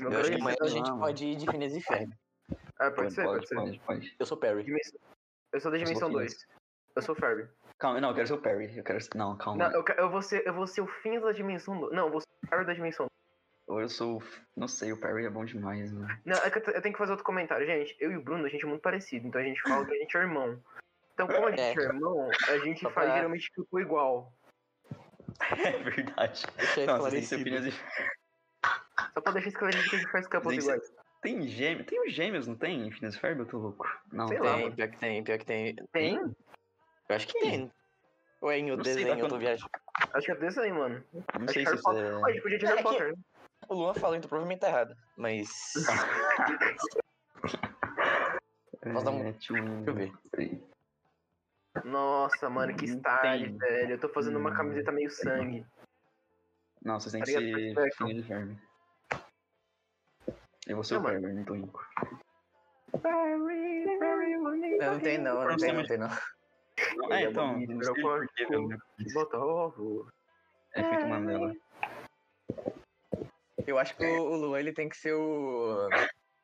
[SPEAKER 2] Meu
[SPEAKER 3] eu acho que
[SPEAKER 2] Deus,
[SPEAKER 3] amanhã a
[SPEAKER 1] sei
[SPEAKER 3] gente
[SPEAKER 1] lá, mano.
[SPEAKER 3] pode ir de Phineas e Ferb.
[SPEAKER 2] Ah, pode ser, pode
[SPEAKER 1] pode,
[SPEAKER 2] ser.
[SPEAKER 1] pode, pode.
[SPEAKER 3] Eu sou Perry.
[SPEAKER 2] Dimensão- Eu sou da
[SPEAKER 1] sou
[SPEAKER 2] dimensão
[SPEAKER 1] Phineas.
[SPEAKER 2] 2. Eu sou o Ferb.
[SPEAKER 1] Calma, não, eu quero ser o Perry, eu quero ser... Não, calma.
[SPEAKER 2] Não, eu, quero- eu, vou ser, eu vou ser o fim da dimensão do... Não, eu vou ser o Harry da dimensão do-
[SPEAKER 1] Ou eu sou... o F- Não sei, o Perry é bom demais, mano.
[SPEAKER 2] Não, é que eu, te- eu tenho que fazer outro comentário. Gente, eu e o Bruno, a gente é muito parecido. Então a gente fala que a gente é irmão. Então, como a gente é, irmão, a gente
[SPEAKER 3] Só
[SPEAKER 2] faz
[SPEAKER 3] pra-
[SPEAKER 2] geralmente tipo igual.
[SPEAKER 1] É verdade.
[SPEAKER 3] Deixa eu
[SPEAKER 1] Não, você tem que ser
[SPEAKER 3] esclarecido.
[SPEAKER 1] Phineas e
[SPEAKER 2] Só pra deixar esclarecido que a gente faz campos
[SPEAKER 1] Tem que ser-
[SPEAKER 2] iguais.
[SPEAKER 1] Tem gêmeos, tem os gêmeos, não tem? em Phineas e Ferb, eu tô louco. Não,
[SPEAKER 2] Sei lá,
[SPEAKER 3] Tem,
[SPEAKER 2] mano.
[SPEAKER 3] pior que tem, pior que tem.
[SPEAKER 2] Tem?
[SPEAKER 3] Eu acho que tem. Ou é em o
[SPEAKER 1] Não sei, tá
[SPEAKER 3] desenho, eu tô
[SPEAKER 1] falando-
[SPEAKER 3] viajando.
[SPEAKER 2] Acho que é desse aí, mano.
[SPEAKER 1] não
[SPEAKER 2] Acho
[SPEAKER 1] sei
[SPEAKER 2] que
[SPEAKER 1] se
[SPEAKER 2] Harry
[SPEAKER 1] isso
[SPEAKER 2] Potter.
[SPEAKER 1] é...
[SPEAKER 2] Pô, a gente podia tirar né?
[SPEAKER 3] É que-
[SPEAKER 2] Potter.
[SPEAKER 3] O Luan falou, então provavelmente tá errado. Mas. Posso dar um-
[SPEAKER 1] é, tio-
[SPEAKER 3] eu ver.
[SPEAKER 1] sei.
[SPEAKER 2] Nossa, mano, que
[SPEAKER 1] Não
[SPEAKER 2] style,
[SPEAKER 1] tem.
[SPEAKER 2] velho. Eu tô fazendo uma
[SPEAKER 1] Hum.
[SPEAKER 2] camiseta meio sangue.
[SPEAKER 1] Não, vocês têm
[SPEAKER 2] Tá
[SPEAKER 1] que
[SPEAKER 2] ligado?
[SPEAKER 1] ser
[SPEAKER 2] Perfeito.
[SPEAKER 1] Phineas e Ferb. Eu vou ser
[SPEAKER 2] Não,
[SPEAKER 1] o
[SPEAKER 2] mano.
[SPEAKER 1] Ferber, não tô indo.
[SPEAKER 2] Very, very bonito.
[SPEAKER 3] Não, não tem não, não tem, não tem não.
[SPEAKER 2] Ele
[SPEAKER 1] É,
[SPEAKER 2] é
[SPEAKER 1] então,
[SPEAKER 2] bonito,
[SPEAKER 1] não
[SPEAKER 2] ele
[SPEAKER 1] sei
[SPEAKER 2] é
[SPEAKER 1] por que,
[SPEAKER 2] porco.
[SPEAKER 1] velho.
[SPEAKER 2] Bota ovo.
[SPEAKER 1] É feito Mandela.
[SPEAKER 3] Eu acho que o o Luan ele tem que ser o.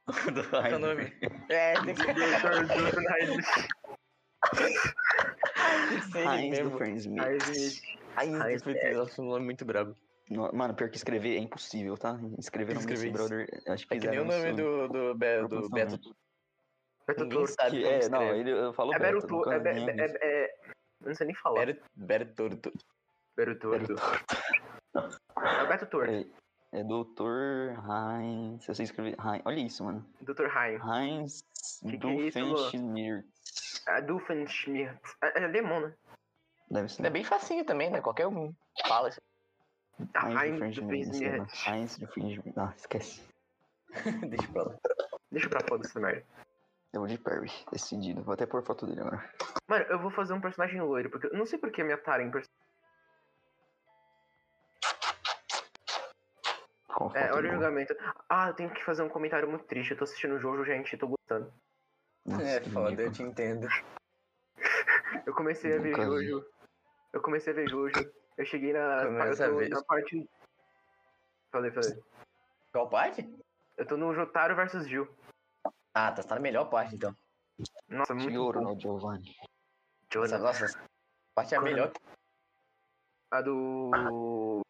[SPEAKER 3] Qual é o nome? É, tem que ser
[SPEAKER 2] Doutor Jonas.
[SPEAKER 3] ele
[SPEAKER 1] Heinz do
[SPEAKER 3] mesmo.
[SPEAKER 1] Friends Me.
[SPEAKER 2] Ai, gente.
[SPEAKER 3] Ainda
[SPEAKER 2] Heinz
[SPEAKER 3] foi nossa, um nome muito brabo.
[SPEAKER 1] No- Mano, pior que escrever é impossível, tá? Escrever o nome desse
[SPEAKER 3] Escrever isso.
[SPEAKER 1] brother, eu acho que um
[SPEAKER 3] É que nem o
[SPEAKER 1] fizeram
[SPEAKER 3] nome
[SPEAKER 1] isso-
[SPEAKER 3] do, do, Be- do
[SPEAKER 1] proporção,
[SPEAKER 3] Beto.
[SPEAKER 2] Beto
[SPEAKER 3] Ninguém
[SPEAKER 2] Toro.
[SPEAKER 3] sabe
[SPEAKER 1] É que-
[SPEAKER 3] como
[SPEAKER 1] é, não,
[SPEAKER 3] escreve.
[SPEAKER 1] ele eu falo
[SPEAKER 2] É
[SPEAKER 1] Beto,
[SPEAKER 2] Beruto,
[SPEAKER 1] nunca
[SPEAKER 2] é, Be-
[SPEAKER 1] nem-
[SPEAKER 2] é, é, é- Eu não sei nem falar.
[SPEAKER 3] Beto, Beto Torto.
[SPEAKER 2] Beto
[SPEAKER 3] Beto
[SPEAKER 2] Torto. É Beto Torto.
[SPEAKER 1] É, é Dr. Heinz, eu sei escrever Heinz, olha isso, mano.
[SPEAKER 2] Dr. Heim.
[SPEAKER 1] Heinz
[SPEAKER 2] Que que é isso, Lu?
[SPEAKER 1] Doofenshmirtz,
[SPEAKER 2] É Doofenshmirtz. É, é alemão, né?
[SPEAKER 1] deve ser.
[SPEAKER 3] É bem facinho também, né? Qualquer um fala isso.
[SPEAKER 2] Heim
[SPEAKER 1] Heinz Doofenshmirtz,
[SPEAKER 2] Doofenshmirtz.
[SPEAKER 1] sei lá. né? Heinz Doofenshmirtz, ah, esquece.
[SPEAKER 3] Deixa pra lá.
[SPEAKER 2] Deixa pra foda essa merda.
[SPEAKER 1] Eu vou de É Perry, decidido. Vou até pôr foto dele agora.
[SPEAKER 2] Mano, eu vou fazer um personagem loiro, porque eu não sei porque minha tara em pers-
[SPEAKER 1] Qual
[SPEAKER 2] É,
[SPEAKER 1] foto
[SPEAKER 2] olha o
[SPEAKER 1] dele?
[SPEAKER 2] julgamento. Ah, eu tenho que fazer um comentário muito triste. Eu tô assistindo o Jojo, gente, eu tô gostando.
[SPEAKER 1] Nossa,
[SPEAKER 3] É
[SPEAKER 1] que
[SPEAKER 3] foda, eu
[SPEAKER 1] ridículo.
[SPEAKER 3] te entendo.
[SPEAKER 2] Eu comecei a ver
[SPEAKER 1] Nunca vi.
[SPEAKER 2] Jojo. Eu comecei a ver Jojo. Eu cheguei na,
[SPEAKER 3] Começa a
[SPEAKER 2] eu tô
[SPEAKER 3] ver.
[SPEAKER 2] na parte. Falei, falei.
[SPEAKER 3] Qual parte?
[SPEAKER 2] Eu tô no Jotaro versus Gil.
[SPEAKER 3] Ah, tá, tá na melhor parte, então.
[SPEAKER 2] Nossa, é muito
[SPEAKER 1] Senhor,
[SPEAKER 2] bom.
[SPEAKER 1] no Giovanni.
[SPEAKER 3] Essa, nossa, essa parte é a
[SPEAKER 2] Quando-
[SPEAKER 3] melhor.
[SPEAKER 2] A do.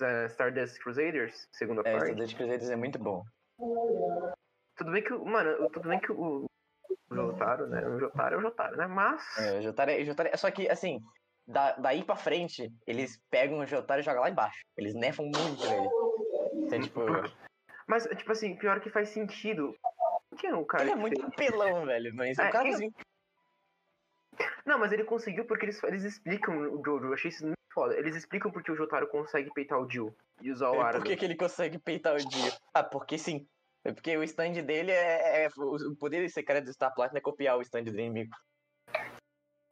[SPEAKER 2] eh, Stardust Crusaders, segunda
[SPEAKER 3] É,
[SPEAKER 2] parte.
[SPEAKER 3] Estudante Cruzeiros é muito bom.
[SPEAKER 2] Tudo bem que o. Mano, tudo bem que o. O Jotaro, né? O Jotaro é o Jotaro, né? Mas.
[SPEAKER 3] É, o Jotaro, é- o Jotaro, é- só que, assim, da- daí pra frente, eles pegam o Jotaro e jogam lá embaixo. Eles nefam muito ele. Então, tipo,
[SPEAKER 2] Mas, tipo assim, pior que faz sentido. Quem é o cara?
[SPEAKER 3] ele é
[SPEAKER 2] que
[SPEAKER 3] muito
[SPEAKER 2] fez?
[SPEAKER 3] apelão, velho. Mas
[SPEAKER 2] É,
[SPEAKER 3] o cara
[SPEAKER 2] ele-
[SPEAKER 3] assim,
[SPEAKER 2] Não, mas ele conseguiu porque eles, eles explicam o Jojo. Eu achei isso muito foda. Eles explicam porque o Jotaro consegue peitar o Jill e usar o
[SPEAKER 3] por que,
[SPEAKER 2] Arado.
[SPEAKER 3] que ele consegue peitar o dia? Ah, porque sim. É porque o stand dele é. é- o o poder secreto do Star Platinum é copiar o stand do inimigo.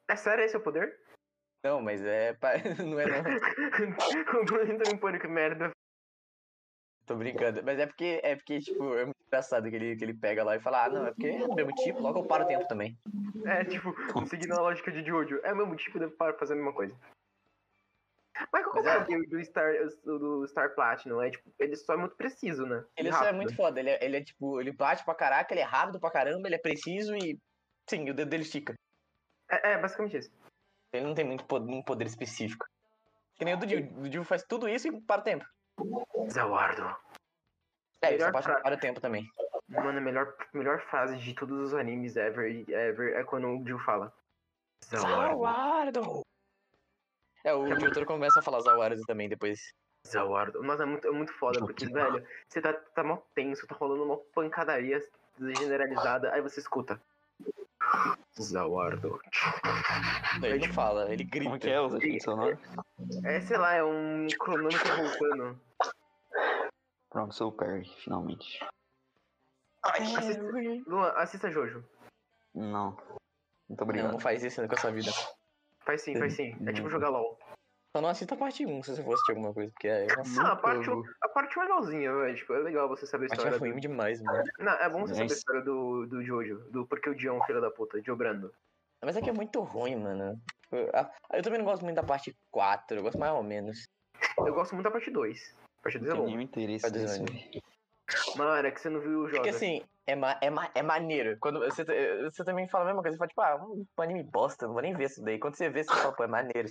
[SPEAKER 2] É sério esse é o poder?
[SPEAKER 3] Não, mas é. pa- Não é não.
[SPEAKER 2] o Bruno entrou em pânico, merda.
[SPEAKER 3] Tô brincando. Mas é porque, é porque, tipo, é muito engraçado que ele, que ele pega lá e fala, ah, não, é porque é do mesmo tipo, logo eu paro o tempo também.
[SPEAKER 2] É, tipo, seguindo a lógica de Jojo. É o mesmo tipo, deve para fazer a mesma coisa. Mas qual
[SPEAKER 3] Mas
[SPEAKER 2] que é o poder do Star, do Star Platinum? É, tipo, ele só é muito preciso, né? E
[SPEAKER 3] Ele só é
[SPEAKER 2] rápido.
[SPEAKER 3] muito foda. Ele é, ele é, tipo, ele bate pra caraca, ele é rápido pra caramba, ele é preciso e. Sim, o dedo dele estica.
[SPEAKER 2] É, é, basicamente isso.
[SPEAKER 3] Ele não tem muito po- um poder específico. Que nem o do Dio. O Dio faz tudo isso e para o tempo.
[SPEAKER 2] Zawardo.
[SPEAKER 3] É, ele só
[SPEAKER 2] Melhor
[SPEAKER 3] bate
[SPEAKER 2] frase.
[SPEAKER 3] para o tempo também.
[SPEAKER 2] Mano, a melhor, melhor frase de todos os animes ever, ever é quando o Jill fala. É Zawardo.
[SPEAKER 3] Zawardo! É, o diretor começa a falar Zawardo também depois.
[SPEAKER 2] Zawardo. Mas é muito, é muito foda, porque, velho, você tá, tá mó tenso, tá rolando uma pancadaria generalizada, aí você escuta. Zawardo.
[SPEAKER 3] Não, ele não fala, ele
[SPEAKER 1] Como que
[SPEAKER 3] grita.
[SPEAKER 1] é os efeitos sonoros?
[SPEAKER 2] É, sei lá, é um cronômetro voltando.
[SPEAKER 1] Pronto, sou o Perry, finalmente.
[SPEAKER 3] Não,
[SPEAKER 2] Luan, assista Jojo.
[SPEAKER 1] Não. Muito obrigado.
[SPEAKER 3] não faz isso com a sua vida.
[SPEAKER 2] Faz sim, faz sim. É tipo jogar LOL.
[SPEAKER 3] Só não assista a parte 1 se você fosse de alguma coisa, porque é. Nossa,
[SPEAKER 2] Ah, a parte,
[SPEAKER 1] Muito-
[SPEAKER 2] a parte é legalzinha, velho. Tipo, é legal você saber a
[SPEAKER 3] a parte é
[SPEAKER 2] história.
[SPEAKER 3] ruim
[SPEAKER 2] Do...
[SPEAKER 3] demais, mano.
[SPEAKER 2] Não, é bom você saber a
[SPEAKER 1] Mas-
[SPEAKER 2] história do, do Jojo. Do porque o Dion é um filho da puta, Joe Brando.
[SPEAKER 3] Mas é que é muito ruim, mano. Eu, a- eu também não gosto muito da parte 4, eu gosto mais ou menos.
[SPEAKER 2] Eu gosto muito da parte 2. A parte 2 é
[SPEAKER 1] Não tem
[SPEAKER 2] longa.
[SPEAKER 1] nenhum interesse
[SPEAKER 3] Cadê o
[SPEAKER 1] nisso.
[SPEAKER 2] Mano, é que você não viu o jogo.
[SPEAKER 3] Porque assim, é, ma é, ma é maneiro. Quando você, eh, você também fala a mesma coisa, você fala, tipo, ah, um anime bosta, não vou nem ver isso daí. Quando você vê, você fala, pô, é maneiro.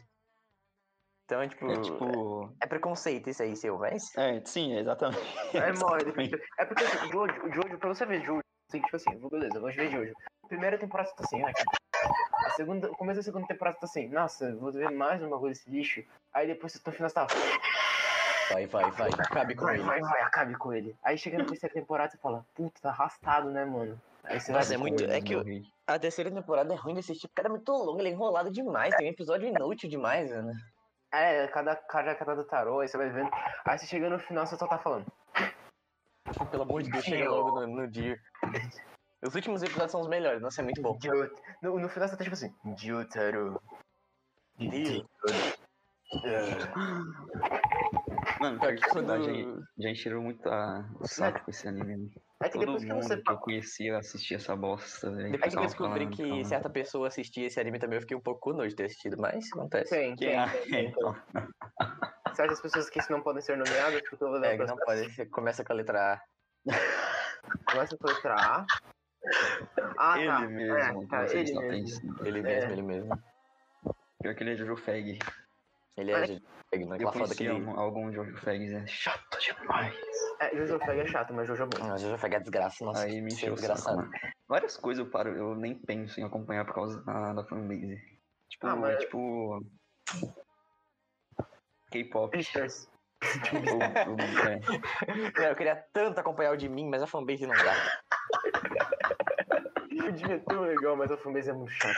[SPEAKER 3] Então, é tipo,
[SPEAKER 1] É tipo.
[SPEAKER 3] é preconceito isso aí, seu, mas.
[SPEAKER 1] É, sim, é exatamente.
[SPEAKER 2] É morre.
[SPEAKER 1] Exatamente.
[SPEAKER 2] É porque assim, Jojo, Jojo, pra você ver Jojo, assim, tipo assim, vou- beleza, vou ver Jojo. Primeira temporada você tá assim, né, cara? A segunda, o começo da segunda temporada você tá assim, nossa, vou ver mais um bagulho desse lixo. Aí depois você no final você tá,
[SPEAKER 3] Vai, vai, vai, cabe com
[SPEAKER 2] vai,
[SPEAKER 3] ele.
[SPEAKER 2] vai, vai, acabe com ele. Aí chega na terceira temporada você fala, puta, tá arrastado, né, mano? Aí você
[SPEAKER 3] Mas
[SPEAKER 2] vai
[SPEAKER 3] é muito- é que eu- A terceira temporada é ruim desse tipo, cara, é muito longa, ele é enrolado demais, tem um episódio inútil demais, mano.
[SPEAKER 2] É, cada cara, cada do tarô, aí você vai vendo. Aí você chega no final, você só tá falando.
[SPEAKER 3] Pelo amor de Deus, chega logo no, no dia. Os últimos episódios são os melhores, nossa, é muito bom.
[SPEAKER 2] Jot- No, no final você tá tipo assim, Jotaro.
[SPEAKER 3] Dio.
[SPEAKER 2] Ah,
[SPEAKER 1] Mano,
[SPEAKER 3] Pior que
[SPEAKER 1] já,
[SPEAKER 3] quando-
[SPEAKER 1] já encheram muito a... o saco com esse anime. né?
[SPEAKER 2] É que
[SPEAKER 1] Todo
[SPEAKER 2] depois que
[SPEAKER 1] mundo
[SPEAKER 2] você
[SPEAKER 1] que eu conhecia assistia essa bosta. velho.
[SPEAKER 3] Depois que eu
[SPEAKER 1] Ficava
[SPEAKER 3] descobri
[SPEAKER 1] falando,
[SPEAKER 3] que
[SPEAKER 1] falando.
[SPEAKER 3] certa pessoa assistia esse anime também, eu fiquei um pouco com nojo de ter assistido, mas acontece.
[SPEAKER 2] Tem,
[SPEAKER 1] Que-
[SPEAKER 2] tem.
[SPEAKER 1] ah, então.
[SPEAKER 2] Certas pessoas que não podem ser nomeadas, porque eu vou
[SPEAKER 1] né,
[SPEAKER 3] É,
[SPEAKER 2] levar
[SPEAKER 3] que
[SPEAKER 2] pra
[SPEAKER 3] não pode,
[SPEAKER 1] assim.
[SPEAKER 3] você começa com a letra A.
[SPEAKER 2] Começa com a letra A. Ah,
[SPEAKER 1] ele
[SPEAKER 2] tá.
[SPEAKER 1] mesmo, então,
[SPEAKER 2] É,
[SPEAKER 1] que
[SPEAKER 2] tá,
[SPEAKER 1] vocês
[SPEAKER 2] ele
[SPEAKER 1] não
[SPEAKER 2] mesmo.
[SPEAKER 1] pensam.
[SPEAKER 3] Ele mesmo, ele mesmo.
[SPEAKER 1] né? Pior que ele é Jojo Fag.
[SPEAKER 3] Ele é.
[SPEAKER 2] Olha-
[SPEAKER 3] gente, Não é
[SPEAKER 1] Eu
[SPEAKER 3] aquela foda que
[SPEAKER 1] conheci
[SPEAKER 3] ele.
[SPEAKER 1] algum- alguns Jojo Fags, é chato demais.
[SPEAKER 2] É, Jojo Fag é chato, mas Jojo é bom.
[SPEAKER 3] Ah, Jojo Fag é desgraça, nossa.
[SPEAKER 1] Aí me
[SPEAKER 3] isso é
[SPEAKER 1] encheu o saco,
[SPEAKER 3] desgraçado.
[SPEAKER 1] mano. Várias coisas eu paro, eu nem penso em acompanhar por causa da, da fanbase. Tipo,
[SPEAKER 2] Ah, mas-
[SPEAKER 1] tipo... K-pop.
[SPEAKER 2] Pictures.
[SPEAKER 1] Ou- ou- é.
[SPEAKER 3] Cara, eu queria tanto acompanhar o de mim, mas a fanbase não dá.
[SPEAKER 2] O dia é tão legal, mas a fanbase é muito chato.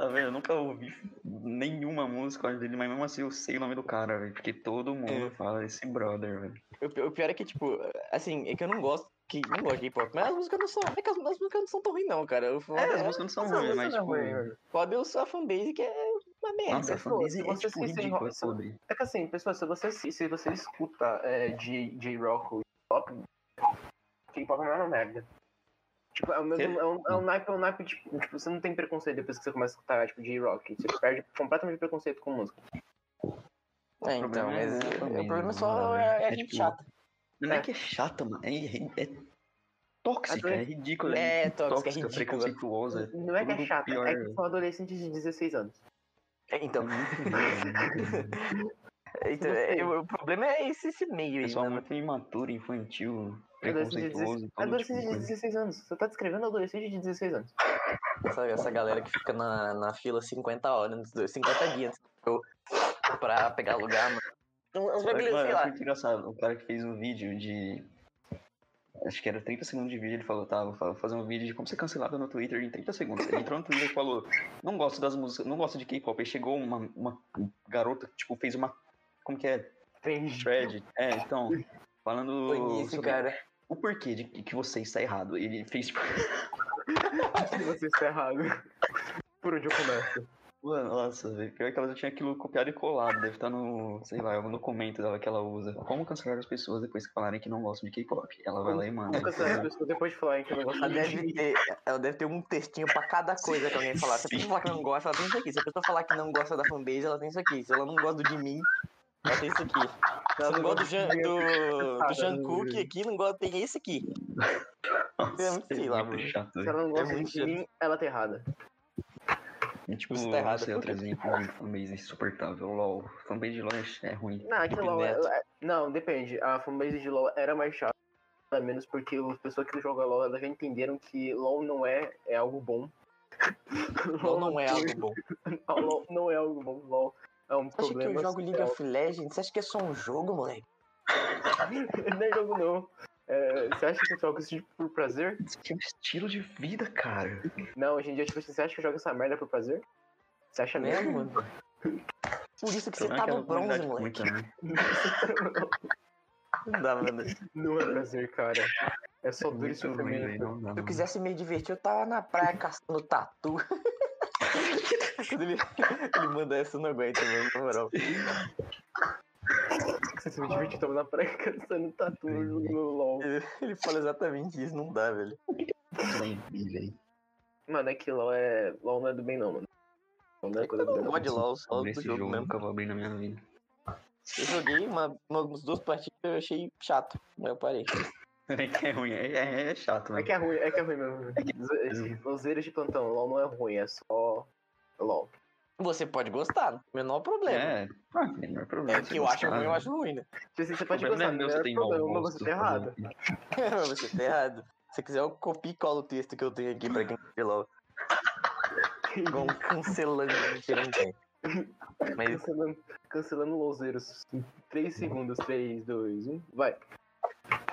[SPEAKER 1] Ah, velho, eu nunca ouvi nenhuma música dele, mas mesmo assim eu sei o nome do cara, velho. Porque todo mundo
[SPEAKER 3] É.
[SPEAKER 1] fala esse brother, velho.
[SPEAKER 3] O pi- o pior é que, tipo, assim, é que eu não gosto. Que, não gosto de K-pop, mas as músicas não são. É que as, as músicas não são tão ruins, não, cara. Eu falo,
[SPEAKER 1] As músicas não são
[SPEAKER 2] Essa
[SPEAKER 1] ruins,
[SPEAKER 2] música
[SPEAKER 1] mas
[SPEAKER 2] não é
[SPEAKER 1] tipo.
[SPEAKER 2] ruim, mano.
[SPEAKER 3] pode eu sou a fanbase que é uma merda.
[SPEAKER 1] Nossa, a
[SPEAKER 2] pessoa,
[SPEAKER 1] fanbase
[SPEAKER 2] se
[SPEAKER 1] é
[SPEAKER 2] você
[SPEAKER 1] tipo
[SPEAKER 2] assiste
[SPEAKER 1] ridícula
[SPEAKER 2] Rock-
[SPEAKER 1] sobre.
[SPEAKER 2] É que assim, pessoal, se você, assi- se você escuta é, J- J-Rock ou K-pop, K-pop é uma merda. Tipo, é o mesmo, é um, é um naipe, é um naipe, tipo, tipo, você não tem preconceito depois que você começa a escutar, tipo, J-Rock. Você perde completamente o preconceito com música.
[SPEAKER 3] É, então,
[SPEAKER 1] problema
[SPEAKER 3] mas
[SPEAKER 1] é
[SPEAKER 3] é,
[SPEAKER 1] também,
[SPEAKER 3] o problema
[SPEAKER 1] né,
[SPEAKER 3] só
[SPEAKER 1] mano?
[SPEAKER 3] é, é
[SPEAKER 1] É
[SPEAKER 3] a gente
[SPEAKER 1] tipo-
[SPEAKER 3] chata.
[SPEAKER 1] Não é que é chata, mano. É, é, é tóxica,
[SPEAKER 2] Adore-
[SPEAKER 1] é ridícula.
[SPEAKER 3] É, tóxica,
[SPEAKER 1] tóxica,
[SPEAKER 3] é ridícula.
[SPEAKER 1] preconceituosa.
[SPEAKER 2] Não é que é
[SPEAKER 1] Tudo
[SPEAKER 2] chata,
[SPEAKER 1] pior.
[SPEAKER 2] é que são adolescentes de 16 anos.
[SPEAKER 3] É,
[SPEAKER 1] É
[SPEAKER 3] Então,
[SPEAKER 1] muito ruim, né?
[SPEAKER 3] então é, o problema é esse, esse meio aí,
[SPEAKER 1] Pessoal
[SPEAKER 3] mano.
[SPEAKER 1] muito imaturo, infantil,
[SPEAKER 2] Adolescente de 16,
[SPEAKER 1] preconceituoso. todo tipo de
[SPEAKER 2] adolescente de
[SPEAKER 1] coisa.
[SPEAKER 2] 16 anos. Você tá descrevendo adolescente de 16 anos.
[SPEAKER 3] Essa, essa galera que fica na, na fila 50 horas, 50 dias eu- pra pegar lugar, mano. Uns bagulhos,
[SPEAKER 1] Mano,
[SPEAKER 3] sei
[SPEAKER 1] eu
[SPEAKER 3] lá.
[SPEAKER 1] acho muito engraçado. O cara que fez um vídeo de. Acho que era 30 segundos de vídeo, ele falou, tá, vou fa- fazer um vídeo de como ser cancelado no Twitter em 30 segundos. Ele entrou no Twitter e falou, não gosto das músicas, não gosto de K-pop. Aí chegou uma, uma garota, tipo, fez uma. Como que é?
[SPEAKER 2] Cringe.
[SPEAKER 1] Thread. É, então. Falando.
[SPEAKER 3] Isso,
[SPEAKER 1] sobre
[SPEAKER 3] cara.
[SPEAKER 1] O porquê de que que você está errado. Ele fez, tipo.
[SPEAKER 2] Você está errado. Por onde eu começo?
[SPEAKER 1] Mano, nossa, velho. Pior que ela já tinha aquilo copiado e colado. Deve estar no, sei lá, no documento dela que ela usa. Como cancelar as pessoas depois que falarem que não gostam de K-pop? Ela vai lá e manda.
[SPEAKER 2] Vou cancelar as pessoas é depois de falar que eu não gosto
[SPEAKER 3] Ela
[SPEAKER 2] de
[SPEAKER 3] deve, ter, ela deve ter um textinho pra cada coisa que alguém falar. Se a pessoa falar que não gosta, ela tem isso aqui. Se a pessoa falar que não gosta da fanbase, ela tem isso aqui. Se ela não gosta de mim, ela tem isso aqui. Se ela não gosta do, Jan- do, do Jungkook aqui, não gosta, tem esse aqui.
[SPEAKER 1] Nossa,
[SPEAKER 3] É
[SPEAKER 1] é
[SPEAKER 3] sei lá,
[SPEAKER 1] muito
[SPEAKER 3] mano.
[SPEAKER 1] chato,
[SPEAKER 2] Se
[SPEAKER 1] velho.
[SPEAKER 2] ela não gosta
[SPEAKER 3] muito
[SPEAKER 2] de mim, ela tá errada.
[SPEAKER 1] É Tipo,
[SPEAKER 3] Isso tá errado,
[SPEAKER 1] não sei,
[SPEAKER 3] por
[SPEAKER 1] outro
[SPEAKER 3] quê?
[SPEAKER 1] exemplo de fanbase insuportável. LOL. Fanbase de LOL é- é ruim.
[SPEAKER 2] Não, aquilo
[SPEAKER 3] Felipe
[SPEAKER 2] LOL. é-
[SPEAKER 3] Neto.
[SPEAKER 2] é- Não, depende. A fanbase de LOL era mais chata. A menos porque as pessoas que jogam LOL elas já entenderam que LOL não é, é algo bom.
[SPEAKER 3] LOL não é
[SPEAKER 2] tem-
[SPEAKER 3] algo bom.
[SPEAKER 2] LOL não é algo bom. LOL é um
[SPEAKER 3] Você acha que
[SPEAKER 2] problema.
[SPEAKER 3] eu jogo League of Legends? Você acha que é só um jogo, moleque?
[SPEAKER 2] Não é jogo, não. É, você acha que eu jogo isso de- por prazer?
[SPEAKER 1] Isso aqui é um estilo de vida, cara.
[SPEAKER 2] Não, hoje em dia, tipo, assim, você acha que eu jogo essa merda por prazer? Você acha
[SPEAKER 3] Né,
[SPEAKER 2] mesmo?
[SPEAKER 3] mano? Por isso que você
[SPEAKER 1] Não é
[SPEAKER 3] tá
[SPEAKER 1] aquela
[SPEAKER 3] no bronze,
[SPEAKER 1] comunidade
[SPEAKER 3] moleque.
[SPEAKER 1] muito, né?
[SPEAKER 3] Não dá, mano.
[SPEAKER 2] Não é prazer, cara. É só dor e
[SPEAKER 1] Muito ruim, velho.
[SPEAKER 2] sofrimento.
[SPEAKER 1] Não dá,
[SPEAKER 3] Se eu
[SPEAKER 1] mano.
[SPEAKER 3] quisesse me divertir, eu tava na praia caçando tatu. Quando ele, ele manda essa, eu não aguento, mano, na moral.
[SPEAKER 2] Você se divertir tomando na praia caçando tatu no no LOL.
[SPEAKER 3] Ele, ele fala exatamente isso, não dá, velho.
[SPEAKER 1] Isso é incrível, velho.
[SPEAKER 2] Mano, é que LOL é. LOL não é do bem não, mano. LOL não é coisa do
[SPEAKER 3] Eu
[SPEAKER 2] bem
[SPEAKER 3] não
[SPEAKER 2] não.
[SPEAKER 3] gosto de LOL, só
[SPEAKER 1] Sobre
[SPEAKER 3] do
[SPEAKER 1] esse
[SPEAKER 3] jogo
[SPEAKER 1] jogo, né? eu
[SPEAKER 3] mesmo.
[SPEAKER 1] nunca vou abrir na minha vida.
[SPEAKER 3] Eu joguei uma, uma- umas duas partidas eu achei chato. Aí eu parei.
[SPEAKER 1] É que é ruim, é, é- é chato,
[SPEAKER 2] É
[SPEAKER 1] mano.
[SPEAKER 2] que é ruim, é que é ruim mesmo. Zo- Lozeiros de plantão, LOL não é ruim, é só. LOL.
[SPEAKER 3] Você pode gostar, menor problema.
[SPEAKER 1] É, ah, não é problema.
[SPEAKER 3] É, que eu acho ruim, eu acho ruim, né?
[SPEAKER 2] Tipo assim, Você pode
[SPEAKER 1] Problema
[SPEAKER 2] gostar,
[SPEAKER 1] é meu, você
[SPEAKER 2] não é
[SPEAKER 1] tem mau
[SPEAKER 2] problema, mas
[SPEAKER 1] gosto,
[SPEAKER 2] você tá errado.
[SPEAKER 1] problema.
[SPEAKER 3] Mas você tá errado. Se quiser, eu copio e colo o texto que eu tenho aqui pra quem quer LOL. Igual um cancelando inteiro. Mas
[SPEAKER 2] Cancelando, cancelando Louzeiros. 3 segundos, 3, 2, 1, vai.